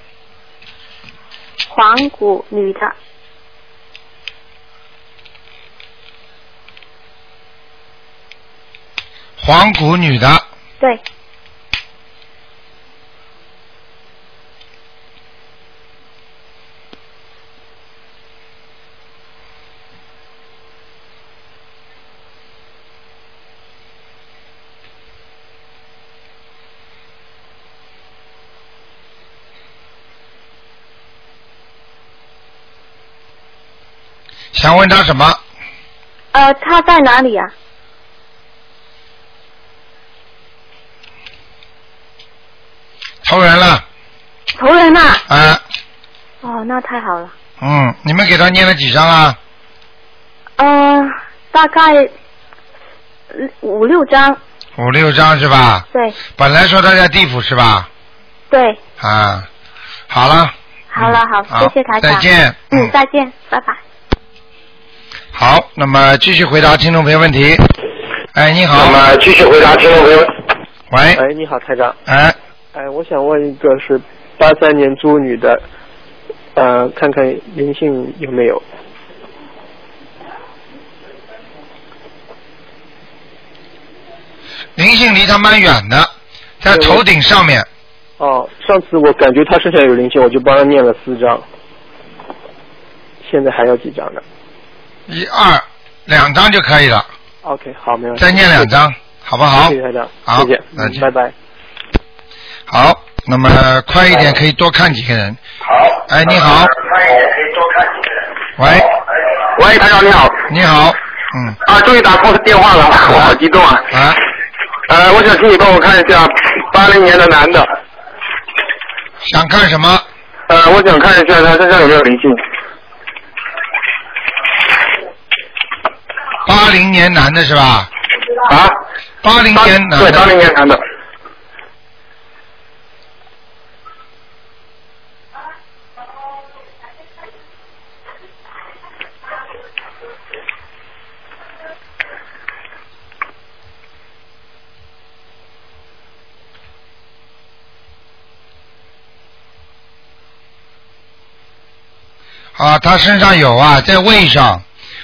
[SPEAKER 3] 黄谷女的，
[SPEAKER 1] 黄谷女的，
[SPEAKER 3] 对，
[SPEAKER 1] 想问他什么？
[SPEAKER 3] 呃，她在哪
[SPEAKER 13] 啊
[SPEAKER 3] 里呀、
[SPEAKER 1] 投人了，
[SPEAKER 3] 投人呐、
[SPEAKER 1] 啊，
[SPEAKER 3] 哦，那太好了。
[SPEAKER 1] 嗯，你们给他念了几张啊？
[SPEAKER 3] 呃，大概嗯五六张，
[SPEAKER 1] 五六张是吧？
[SPEAKER 3] 对
[SPEAKER 1] 本来说他在地府是吧？
[SPEAKER 3] 对，
[SPEAKER 1] 啊，好了，
[SPEAKER 3] 好了好，
[SPEAKER 1] 好
[SPEAKER 3] 谢谢台长。
[SPEAKER 1] 再见
[SPEAKER 3] 嗯，再见，拜拜。
[SPEAKER 1] 好，那么继续回答听众朋友问题。哎，你好。
[SPEAKER 9] 那么继续回答听众朋友。
[SPEAKER 1] 喂，
[SPEAKER 14] 哎，你好，台长。
[SPEAKER 1] 哎，
[SPEAKER 14] 哎，我想问一个是八三年猪女的，呃，看看灵性有没有？
[SPEAKER 1] 灵性离他蛮远的，在头顶上面。
[SPEAKER 14] 哦，上次我感觉她身上有灵性，我就帮她念了四张，现在还要几张呢
[SPEAKER 1] 一二两张就可以了，
[SPEAKER 14] ？OK，好，没问题。
[SPEAKER 1] 再念两张，好不好
[SPEAKER 14] 谢谢？台长，
[SPEAKER 1] 好
[SPEAKER 14] 谢谢，
[SPEAKER 1] 再见
[SPEAKER 14] 嗯拜拜。
[SPEAKER 1] 好，那么快一点，可以多看几个人。好。哎，你好，喂，
[SPEAKER 9] 喂，台长你好。
[SPEAKER 1] 你好。嗯
[SPEAKER 9] 啊，终于打通电话了，我好激动啊！
[SPEAKER 1] 啊。
[SPEAKER 9] 呃，我想请你帮我看一下八零年的男的，
[SPEAKER 1] 想看什么？
[SPEAKER 9] 呃，我想看一下他身上有没有灵性。
[SPEAKER 1] 八零年男的是吧？
[SPEAKER 9] 啊。
[SPEAKER 1] 八零年男的。
[SPEAKER 9] 对，八零年男的。
[SPEAKER 1] 啊，他身上有啊，在胃上。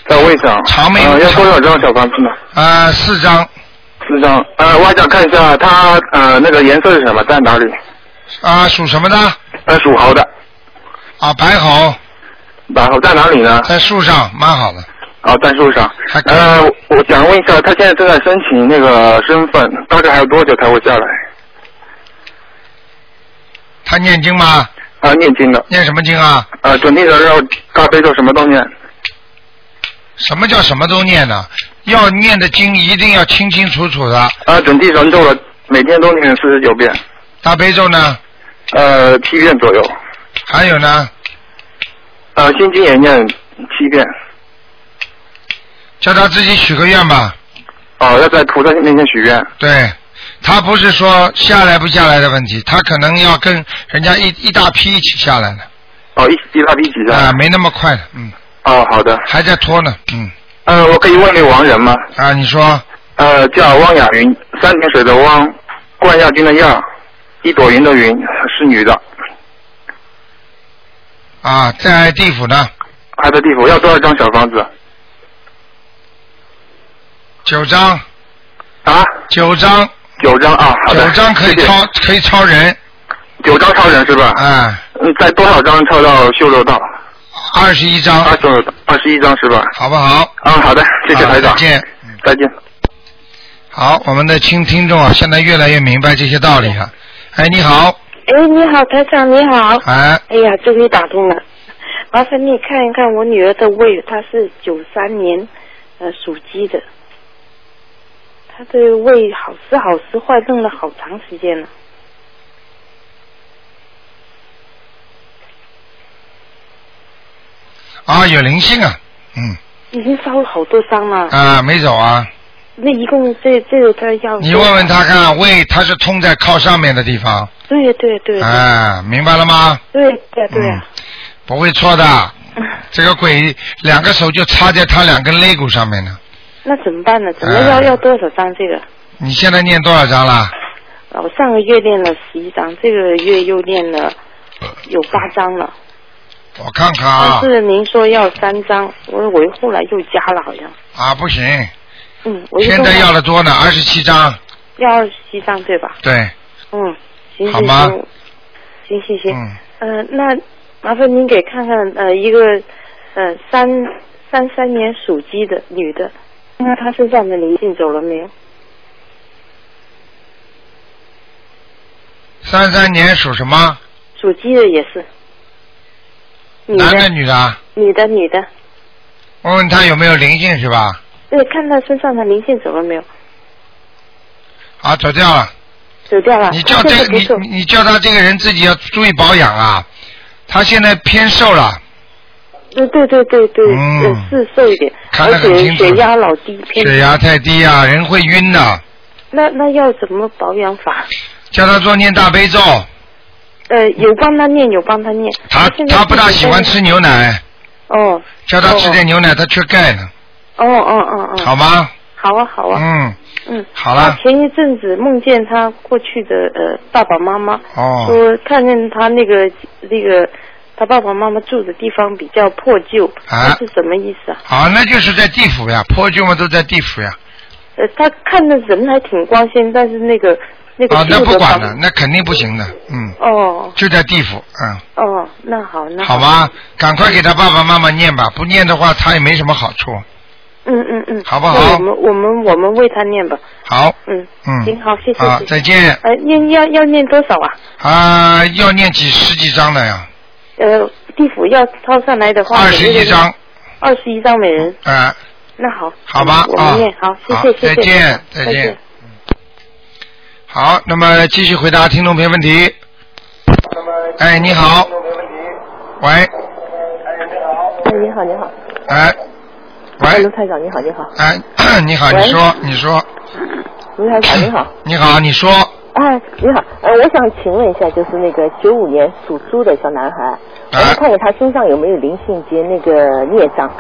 [SPEAKER 9] 在胃上。
[SPEAKER 1] 肠胃。
[SPEAKER 9] 呃要多少张小房子呢？
[SPEAKER 1] 呃，四张。
[SPEAKER 9] 四张。呃，我还想看一下他呃那个颜色是什么，在哪里？
[SPEAKER 1] 啊，属什么的？
[SPEAKER 9] 呃，属猴的。
[SPEAKER 1] 啊，白猴。
[SPEAKER 9] 白猴在哪里呢？
[SPEAKER 1] 在树上，蛮好的。
[SPEAKER 9] 哦，在树上。呃，我想问一下，他现在正在申请那个身份，大概还有多久才会下来？
[SPEAKER 1] 他念经吗？
[SPEAKER 9] 啊，念经的。
[SPEAKER 1] 念什么经啊？
[SPEAKER 9] 呃，准提神咒、大悲咒什么都念。
[SPEAKER 1] 什么叫什么都念呢？要念的经一定要清清楚楚的。
[SPEAKER 9] 啊，准提神咒了，每天都念四十九遍，
[SPEAKER 1] 大悲咒呢？
[SPEAKER 9] 呃，七遍左右。
[SPEAKER 1] 还有呢？
[SPEAKER 9] 呃，心经也念七遍。
[SPEAKER 1] 叫他自己许个愿吧。
[SPEAKER 9] 哦，要在菩萨面前许愿。
[SPEAKER 1] 对，他不是说下来不下来的问题，他可能要跟人家一一大批一起下来了。
[SPEAKER 9] 哦，一一大批几下。
[SPEAKER 1] 啊、没那么快的，嗯，
[SPEAKER 9] 哦，好的。
[SPEAKER 1] 还在拖呢，嗯。
[SPEAKER 9] 呃，我可以问那个亡人吗？
[SPEAKER 1] 啊，你说。
[SPEAKER 9] 呃，叫汪雅云，三点水的汪，冠亚军的亚，一朵云的云，是女的，
[SPEAKER 1] 啊，在地府呢，
[SPEAKER 9] 还在地府，要多少张小房子？
[SPEAKER 1] 九张。
[SPEAKER 9] 啊。
[SPEAKER 1] 九张。
[SPEAKER 9] 九张啊，好的。
[SPEAKER 1] 九张可以
[SPEAKER 9] 谢谢
[SPEAKER 1] 超，可以超人。
[SPEAKER 9] 九张超人是吧？
[SPEAKER 1] 啊。
[SPEAKER 9] 嗯，在多少张超到修罗道？
[SPEAKER 1] 二十一张。
[SPEAKER 9] 二十二十一啊张是吧？
[SPEAKER 1] 好不好？
[SPEAKER 9] 啊，好的，谢谢
[SPEAKER 1] 啊
[SPEAKER 9] 台
[SPEAKER 1] 再
[SPEAKER 9] 长。
[SPEAKER 1] 见。
[SPEAKER 9] 再见。
[SPEAKER 1] 好，我们的听听众啊，现在越来越明白这些道理了。哎，你好，
[SPEAKER 15] 哎，你好，台长，你好。
[SPEAKER 1] 哎，
[SPEAKER 15] 哎呀，终于打通了，麻烦你看一看我女儿的胃，她是九三年，呃，属鸡的，她的胃好时好时坏，弄了好长时间了。
[SPEAKER 1] 啊，有灵性啊，嗯，
[SPEAKER 15] 已经烧了好多伤了，
[SPEAKER 1] 啊，没走啊，
[SPEAKER 15] 那一共这这个她要
[SPEAKER 1] 你问问他看，胃它是通在靠上面的地方，
[SPEAKER 15] 对对对，
[SPEAKER 1] 啊，明白了吗？嗯
[SPEAKER 15] 对对对啊，
[SPEAKER 1] 不会错的， 这个鬼两个手就插在他两根肋骨上面呢。
[SPEAKER 15] 那怎么办呢？怎么要、
[SPEAKER 1] 哎
[SPEAKER 15] 要多少张这个？
[SPEAKER 1] 你现在念多少章了？
[SPEAKER 15] 呃我上个月练了十一张，这个月又练了有八张了。
[SPEAKER 1] 我看看
[SPEAKER 15] 但
[SPEAKER 1] 啊
[SPEAKER 15] 是您说要三张，我我后来又加了，好像。
[SPEAKER 1] 啊，不行，
[SPEAKER 15] 嗯，我就
[SPEAKER 1] 现在
[SPEAKER 15] 问
[SPEAKER 1] 要的多呢，二十七张，
[SPEAKER 15] 要二十七张对吧？
[SPEAKER 1] 对，
[SPEAKER 15] 嗯，行
[SPEAKER 1] 好
[SPEAKER 15] 行
[SPEAKER 1] 吗
[SPEAKER 15] 行，行行行，
[SPEAKER 1] 嗯，
[SPEAKER 15] 呃，那麻烦您给看看呃一个呃三三三年属鸡的女的，看看她身上的灵性走了没有？
[SPEAKER 1] 三三年属什么？
[SPEAKER 15] 属鸡的也是，女
[SPEAKER 1] 男的
[SPEAKER 15] 的，
[SPEAKER 1] 女的啊？
[SPEAKER 15] 女的，女的，
[SPEAKER 1] 问问他有没有灵性是吧？
[SPEAKER 15] 对，看她身上的灵性走了没有？
[SPEAKER 1] 啊，走掉了。
[SPEAKER 15] 走掉了。
[SPEAKER 1] 你叫这个你你你叫他这个人自己要注意保养啊，他现在偏瘦了，
[SPEAKER 15] 对对对对对，呃是瘦一点，
[SPEAKER 1] 嗯看
[SPEAKER 15] 而
[SPEAKER 1] 得很
[SPEAKER 15] 且
[SPEAKER 1] 清楚
[SPEAKER 15] 血压老低，偏
[SPEAKER 1] 血压太低啊，人会晕的、
[SPEAKER 15] 那那要怎么保养法？
[SPEAKER 1] 叫他做念大悲咒，
[SPEAKER 15] 呃，有帮他念，有帮他念。
[SPEAKER 1] 他
[SPEAKER 15] 现在
[SPEAKER 1] 他不大喜欢
[SPEAKER 15] 自己
[SPEAKER 1] 吃牛奶，
[SPEAKER 15] 在。哦
[SPEAKER 1] 叫他吃点牛奶，他缺钙呢，
[SPEAKER 15] 哦哦哦哦。
[SPEAKER 1] 好？吗？
[SPEAKER 15] 好啊，好啊。
[SPEAKER 1] 嗯，
[SPEAKER 15] 嗯。
[SPEAKER 1] 好了
[SPEAKER 15] 他前一阵子梦见他过去的呃爸爸妈妈，
[SPEAKER 1] 哦，
[SPEAKER 15] 说看见他那个那个他爸爸妈妈住的地方比较破旧，
[SPEAKER 1] 啊
[SPEAKER 15] 这是什么意思啊？
[SPEAKER 1] 好，那就是在地府呀，破旧嘛都在地府呀，
[SPEAKER 15] 呃，他看的人还挺光鲜，但是那个那个
[SPEAKER 1] 啊，那
[SPEAKER 15] 旧
[SPEAKER 1] 不
[SPEAKER 15] 的
[SPEAKER 1] 管
[SPEAKER 15] 房
[SPEAKER 1] 了，那肯定不行的，嗯，
[SPEAKER 15] 哦
[SPEAKER 1] 就在地府，嗯，
[SPEAKER 15] 哦，那好那
[SPEAKER 1] 好吧，赶快给他爸爸妈妈念吧，不念的话他也没什么好处，
[SPEAKER 15] 嗯嗯嗯，
[SPEAKER 1] 好不好
[SPEAKER 15] 那我们我们我们为他念吧。
[SPEAKER 1] 好，
[SPEAKER 15] 嗯
[SPEAKER 1] 嗯
[SPEAKER 15] 行好，谢谢。
[SPEAKER 1] 好
[SPEAKER 15] 谢谢
[SPEAKER 1] 再见
[SPEAKER 15] 呃，念要要念多少啊？
[SPEAKER 1] 啊，要念几十几章的呀，
[SPEAKER 15] 呃，地府要抄上来的话，
[SPEAKER 1] 二十一章，
[SPEAKER 15] 二十一张每人。
[SPEAKER 1] 啊，
[SPEAKER 15] 那好，
[SPEAKER 1] 好吧
[SPEAKER 16] 嗯
[SPEAKER 15] 我
[SPEAKER 1] 啊
[SPEAKER 15] 们念好，谢
[SPEAKER 1] 好
[SPEAKER 15] 谢谢谢，
[SPEAKER 1] 再见
[SPEAKER 15] 再
[SPEAKER 1] 再见。好，那么继续回答听众朋友问题。哎，你好，喂，
[SPEAKER 16] 哎，你好，你好，
[SPEAKER 1] 哎，
[SPEAKER 16] 哎，
[SPEAKER 1] 喂
[SPEAKER 16] 卢，台长，你好，你好，
[SPEAKER 1] 哎， 你好，
[SPEAKER 16] 喂
[SPEAKER 1] 你说，你说，
[SPEAKER 16] 卢台长，你好，
[SPEAKER 1] 你好，你说，
[SPEAKER 16] 哎，你好，呃，我想请问一下，就是那个九五年属猪的小男
[SPEAKER 1] 啊
[SPEAKER 16] 孩，我想看看他身上有没有灵性及那个孽障，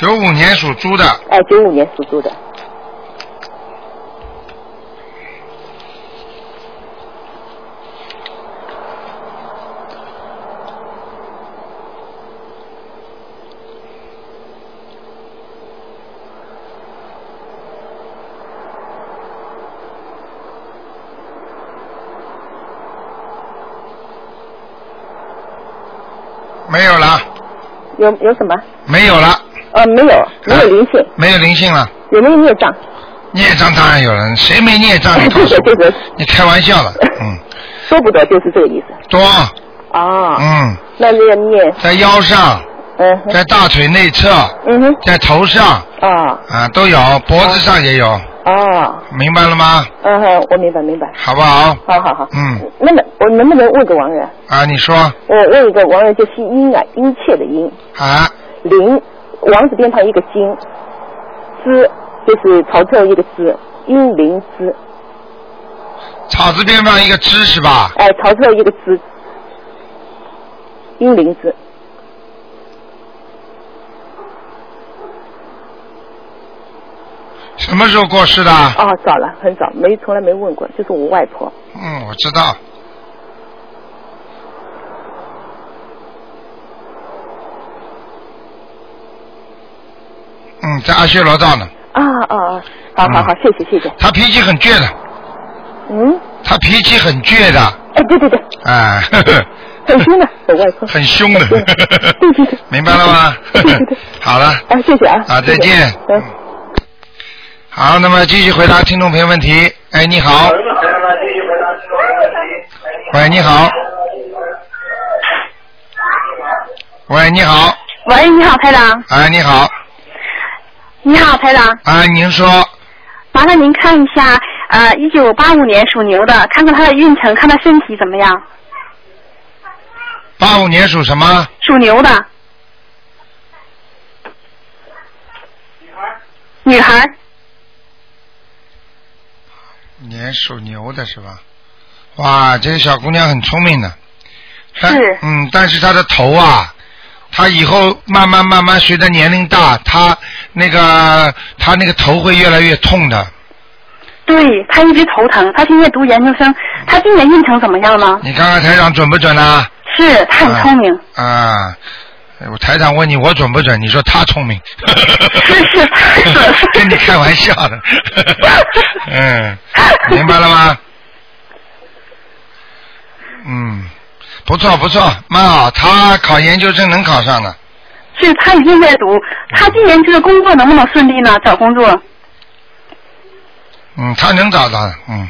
[SPEAKER 1] 九五年属猪的，
[SPEAKER 16] 哎，九五年属猪的，
[SPEAKER 1] 没有了，
[SPEAKER 16] 有有什么？
[SPEAKER 1] 没有了，啊
[SPEAKER 16] 呃，没有，没有灵性，
[SPEAKER 1] 没有灵性了，
[SPEAKER 16] 有没有孽障？
[SPEAKER 1] 孽障当然有了，谁没孽 障？你告诉我，你开玩笑了，嗯，
[SPEAKER 16] 多不多？就是这个意思。
[SPEAKER 1] 多，
[SPEAKER 16] 啊，
[SPEAKER 1] 嗯，
[SPEAKER 16] 那那个孽，
[SPEAKER 1] 在腰上，
[SPEAKER 16] 嗯哼，
[SPEAKER 1] 在大腿内侧，
[SPEAKER 16] 嗯哼，
[SPEAKER 1] 在头上，
[SPEAKER 16] 啊
[SPEAKER 1] 啊，都有，脖子上也有，
[SPEAKER 16] 啊，
[SPEAKER 1] 明白了吗？
[SPEAKER 16] 嗯哼，我明白明白，
[SPEAKER 1] 好不好？
[SPEAKER 16] 好好好，
[SPEAKER 1] 嗯，
[SPEAKER 16] 那么我能不能问个王人？
[SPEAKER 1] 啊，你说
[SPEAKER 16] 我问一个王人，就是殷啊，殷切的殷，
[SPEAKER 1] 啊，
[SPEAKER 16] 林，王字边旁一个金，枝就是草字头一个枝，殷林枝，
[SPEAKER 1] 草字边上一个知是吧？
[SPEAKER 16] 哎，草字头一个枝，殷林枝，
[SPEAKER 1] 什么时候过世的？
[SPEAKER 16] 哦，早了，很早，没从来没问过，就是我外婆，
[SPEAKER 1] 嗯，我知道。嗯，在阿修罗道呢。
[SPEAKER 16] 啊啊啊，好好
[SPEAKER 1] 嗯
[SPEAKER 16] 好，谢谢谢谢，
[SPEAKER 1] 他脾气很倔的，
[SPEAKER 16] 嗯，
[SPEAKER 1] 他脾气很倔的，
[SPEAKER 16] 哎，对对对，
[SPEAKER 1] 哎，呵呵
[SPEAKER 16] 很凶的，我外婆，
[SPEAKER 1] 很凶的，呵呵呵 明白了吗？呵呵 好了，
[SPEAKER 16] 啊，谢谢啊，
[SPEAKER 1] 好，再见。
[SPEAKER 16] 嗯，
[SPEAKER 1] 好，那么继续回答听众朋友问题。哎，你好，喂，你好，喂，你好，
[SPEAKER 17] 喂，你好，台长。
[SPEAKER 1] 哎，你好，
[SPEAKER 17] 你好，台长。
[SPEAKER 1] 啊，您说，
[SPEAKER 17] 麻烦您看一下，呃，一九八五年属牛的，看看他的运程，看他身体怎么样。
[SPEAKER 1] 八五年属什么？
[SPEAKER 17] 属牛的。女孩儿。
[SPEAKER 1] 年属牛的是吧？哇，这个小姑娘很聪明的。她
[SPEAKER 17] 是
[SPEAKER 1] 嗯，但是她的头啊，她以后慢慢慢慢随着年龄大，她那个她那个头会越来越痛的。
[SPEAKER 7] 对他一直头疼，他现在读研究生，他今年运程怎么样呢？
[SPEAKER 1] 你看看台长准不准啊？
[SPEAKER 7] 是他很聪明，
[SPEAKER 1] 啊，我台长问你我准不准，你说他聪明，跟你开玩笑的， 嗯，明白了吗？嗯，不错不错，蛮好，他考研究生能考上的，
[SPEAKER 7] 是他已经在读，他今年这个工作能不能顺利呢？找工作
[SPEAKER 1] 嗯，他能找到的，嗯，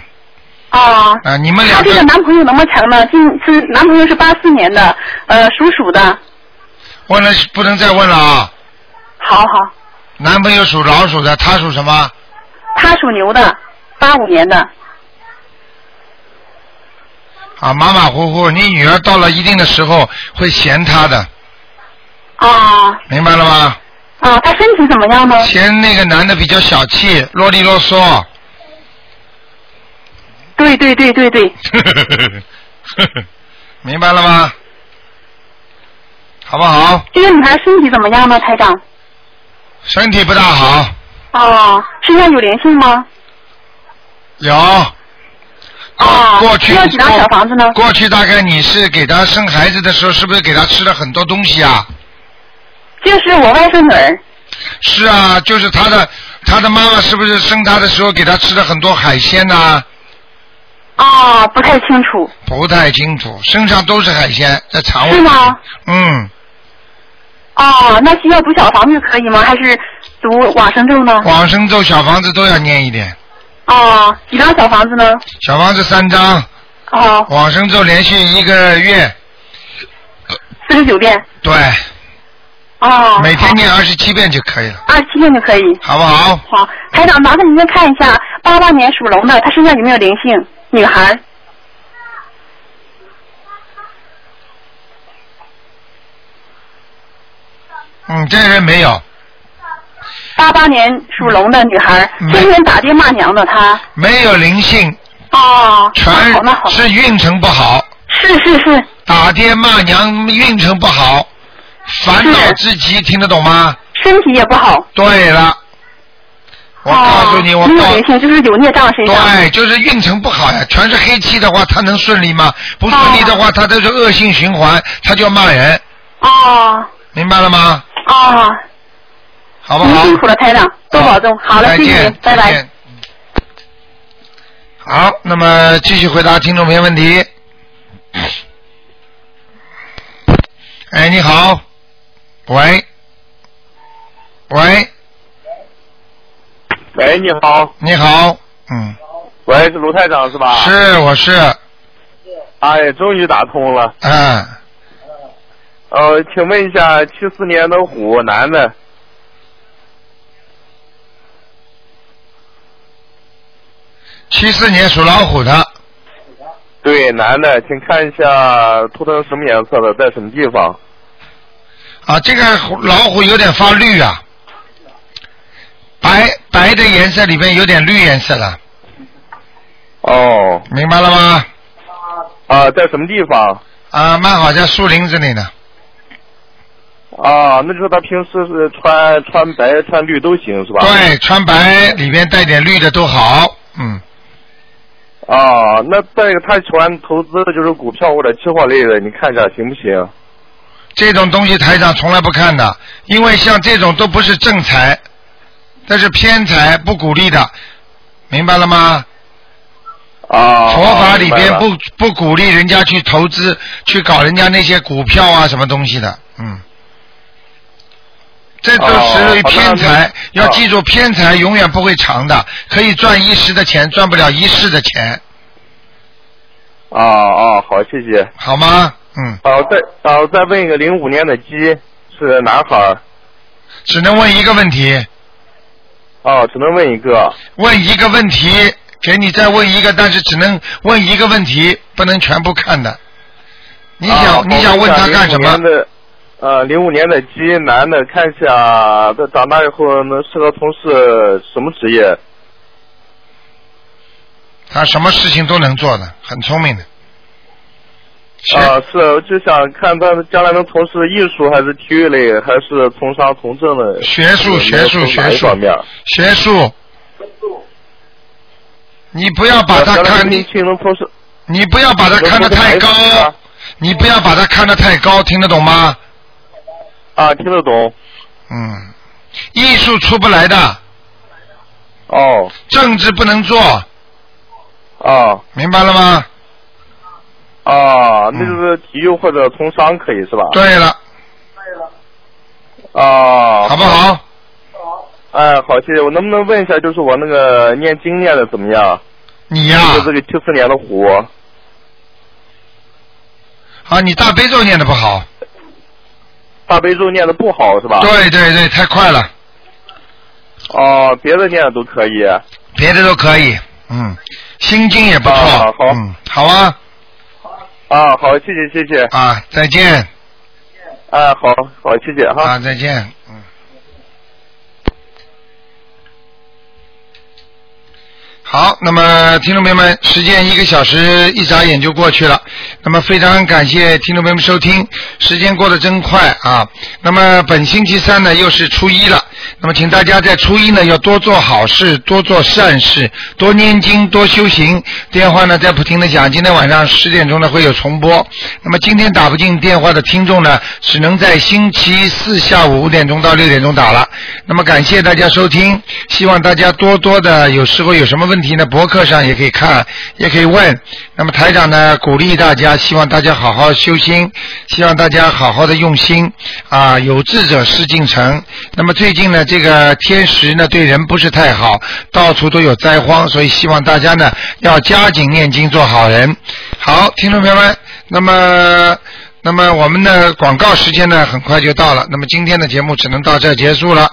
[SPEAKER 7] 啊。
[SPEAKER 1] 啊，你们
[SPEAKER 7] 他
[SPEAKER 1] 两
[SPEAKER 7] 这个
[SPEAKER 1] 个，
[SPEAKER 7] 男朋友能不能强呢？今是男朋友是八四年的，呃，属鼠的。
[SPEAKER 1] 问了不能再问了啊，
[SPEAKER 7] 好好，
[SPEAKER 1] 男朋友属老鼠的，他属什么？
[SPEAKER 7] 他属牛的，八五年的。
[SPEAKER 1] 啊，马马虎虎，你女儿到了一定的时候会嫌他的，
[SPEAKER 7] 啊
[SPEAKER 1] 明白了吗？
[SPEAKER 7] 啊，他身体怎么样呢？
[SPEAKER 1] 嫌那个男的比较小气，啰里啰嗦。
[SPEAKER 7] 对对对对对，
[SPEAKER 1] 明白了吗？好不好？
[SPEAKER 7] 这个女孩身体怎么样呢，台长？
[SPEAKER 1] 身体不大好，
[SPEAKER 7] 哦，身上有灵性吗？
[SPEAKER 1] 有。啊，过去
[SPEAKER 7] 哦要几张小房子呢？
[SPEAKER 1] 过去大概你是给他生孩子的时候，是不是给他吃了很多东西啊？
[SPEAKER 7] 就是我外甥女儿。
[SPEAKER 1] 是啊，就是他的他的妈妈是不是生他的时候给他吃了很多海鲜呐、
[SPEAKER 7] 啊，不太清楚。
[SPEAKER 1] 不太清楚，身上都是海鲜，在肠胃。
[SPEAKER 7] 是吗？
[SPEAKER 1] 嗯，
[SPEAKER 7] 哦，那需要读小房子可以吗？还是读往生咒呢？
[SPEAKER 1] 往生咒、小房子都要念一点，
[SPEAKER 7] 哦，几张小房子呢？
[SPEAKER 1] 小房子三张，
[SPEAKER 7] 哦，
[SPEAKER 1] 往生咒连续一个月，
[SPEAKER 7] 四十九遍。
[SPEAKER 1] 对，
[SPEAKER 7] 哦，
[SPEAKER 1] 每天念
[SPEAKER 7] 好
[SPEAKER 1] 二十七遍就可以了，
[SPEAKER 7] 二十七遍就可以。
[SPEAKER 1] 好不好？
[SPEAKER 7] 好，台长，麻烦您再看一下，八八年属龙的，她身上有没有灵性？女孩。
[SPEAKER 1] 嗯，这个人没有，
[SPEAKER 7] 八八年属龙的女孩，
[SPEAKER 1] 嗯
[SPEAKER 7] 天天打爹骂娘的她。
[SPEAKER 1] 没有灵性，
[SPEAKER 7] 哦，
[SPEAKER 1] 全是运程不好。
[SPEAKER 7] 是是是。
[SPEAKER 1] 打爹骂娘，运程不好，烦恼之极，听得懂吗？
[SPEAKER 7] 身体也不好。哦
[SPEAKER 1] 对了，我告诉你，我
[SPEAKER 7] 没有
[SPEAKER 1] 告
[SPEAKER 7] 灵性，就是有孽障身上。
[SPEAKER 1] 对，就是运程不好呀，全是黑气的话，他能顺利吗？不顺利的话，他就是恶性循环，他就要骂人，
[SPEAKER 7] 哦
[SPEAKER 1] 明白了吗？
[SPEAKER 7] 哦，
[SPEAKER 1] 好不
[SPEAKER 7] 您
[SPEAKER 1] 好？
[SPEAKER 7] 辛苦了，台长，多保重。好了，
[SPEAKER 1] 再
[SPEAKER 7] 谢谢
[SPEAKER 1] 见
[SPEAKER 7] 您，，
[SPEAKER 1] 再
[SPEAKER 7] 拜拜。
[SPEAKER 1] 见。好，那么继续回答听众朋友问题。哎，你好，喂，喂，
[SPEAKER 14] 喂，你好，
[SPEAKER 1] 你好，嗯，
[SPEAKER 14] 喂，是卢台长是吧？
[SPEAKER 1] 是我是，
[SPEAKER 14] 哎，终于打通了。
[SPEAKER 1] 嗯，
[SPEAKER 14] 呃，请问一下，七四年的虎男的，
[SPEAKER 1] 七四年属老虎的，
[SPEAKER 14] 对，男的，请看一下图腾什么颜色的，在什么地方？
[SPEAKER 1] 啊，这个虎老虎有点发绿啊，白白的颜色里边有点绿颜色了，
[SPEAKER 14] 哦，
[SPEAKER 1] 明白了吗？
[SPEAKER 14] 啊，在什么地方？
[SPEAKER 1] 啊，蛮好，在树林子里呢。
[SPEAKER 14] 啊，那就是他平时是穿穿白穿绿都行是吧？
[SPEAKER 1] 对，穿白里边带点绿的都好。嗯，
[SPEAKER 14] 啊，那再一个，他喜欢投资的就是股票或者期货类的，你看一下行不行？
[SPEAKER 1] 这种东西台长从来不看的，因为像这种都不是正财，这是偏财，不鼓励的，明白了吗？
[SPEAKER 14] 啊，
[SPEAKER 1] 佛法里
[SPEAKER 14] 明白
[SPEAKER 1] 边
[SPEAKER 14] 了
[SPEAKER 1] 不不鼓励人家去投资，去搞人家那些股票啊什么东西的，嗯。这
[SPEAKER 9] 哦
[SPEAKER 1] 都属于
[SPEAKER 14] 哦
[SPEAKER 1] 偏财，要记住，偏财永远不会长的，可以赚一时的钱，赚不了一世的钱，
[SPEAKER 14] 啊啊，好，谢谢。
[SPEAKER 1] 好吗？嗯。
[SPEAKER 14] 啊，我再啊，我再问一个，零五年的鸡是男孩儿。
[SPEAKER 1] 只能问一个问题。
[SPEAKER 14] 哦，只能问一个。
[SPEAKER 1] 问一个问题，给你再问一个，但是只能问一个问题，不能全部看的。你想、
[SPEAKER 14] 啊
[SPEAKER 1] 你想问他干什？
[SPEAKER 14] 我
[SPEAKER 1] 么
[SPEAKER 14] 看05年？的呃，零五年的鸡男的，看一下他长大以后能适合从事什么职业？
[SPEAKER 1] 他什么事情都能做的，很聪明的。
[SPEAKER 14] 啊，是，我就想看他将来能从事艺术还是体育类，还是从商从政的？
[SPEAKER 1] 学术
[SPEAKER 14] 呃
[SPEAKER 1] 学术
[SPEAKER 14] 从哪一
[SPEAKER 1] 学术
[SPEAKER 14] 方面？
[SPEAKER 1] 学术你不要把它看你，你不要把它看得太高，你不要把它看得太高，听得懂吗？
[SPEAKER 14] 啊，听得懂。
[SPEAKER 1] 嗯，艺术出不来的。
[SPEAKER 14] 哦。
[SPEAKER 1] 政治不能做。
[SPEAKER 14] 啊。
[SPEAKER 1] 明白了吗？嗯
[SPEAKER 14] 啊，那就是体育或者从商可以是吧？
[SPEAKER 1] 对了。
[SPEAKER 14] 啊。
[SPEAKER 1] 好不好？
[SPEAKER 14] 哎，好，谢谢。我能不能问一下，就是我那个念经念的怎么样？
[SPEAKER 1] 你呀、
[SPEAKER 14] 就是这个七四年的虎。
[SPEAKER 1] 啊，你大悲咒念的不好。
[SPEAKER 14] 大悲咒念的不好是吧？
[SPEAKER 1] 对对对，太快了，
[SPEAKER 14] 哦，别的念的都可以。
[SPEAKER 1] 别的都可以。嗯，心经也不错。
[SPEAKER 14] 啊
[SPEAKER 1] 好。嗯，好啊。
[SPEAKER 14] 啊，好，谢谢谢谢。
[SPEAKER 1] 啊，再见。
[SPEAKER 14] 啊，好好，谢谢哈。
[SPEAKER 1] 啊，再见。嗯。好，那么听众朋友们，时间一个小时一眨眼就过去了。那么非常感谢听众朋友们收听，时间过得真快啊。那么本星期三呢，又是初一了。那么请大家在初一呢，要多做好事，多做善事，多念经，多修行。电话呢，在不停的响。今天晚上十点钟呢，会有重播。那么今天打不进电话的听众呢，只能在星期四下午五点钟到六点钟打了。那么感谢大家收听，希望大家多多的，有时候有什么问题呢，博客上也可以看，也可以问。那么台长呢，鼓励大家，希望大家好好修心，希望大家好好的用心啊，有志者事竟成。那么最近呢，这个天时呢对人不是太好，到处都有灾荒，所以希望大家呢要加紧念经，做好人。好，听众朋友们，那么。那么我们的广告时间呢，很快就到了。那么今天的节目只能到这儿结束了。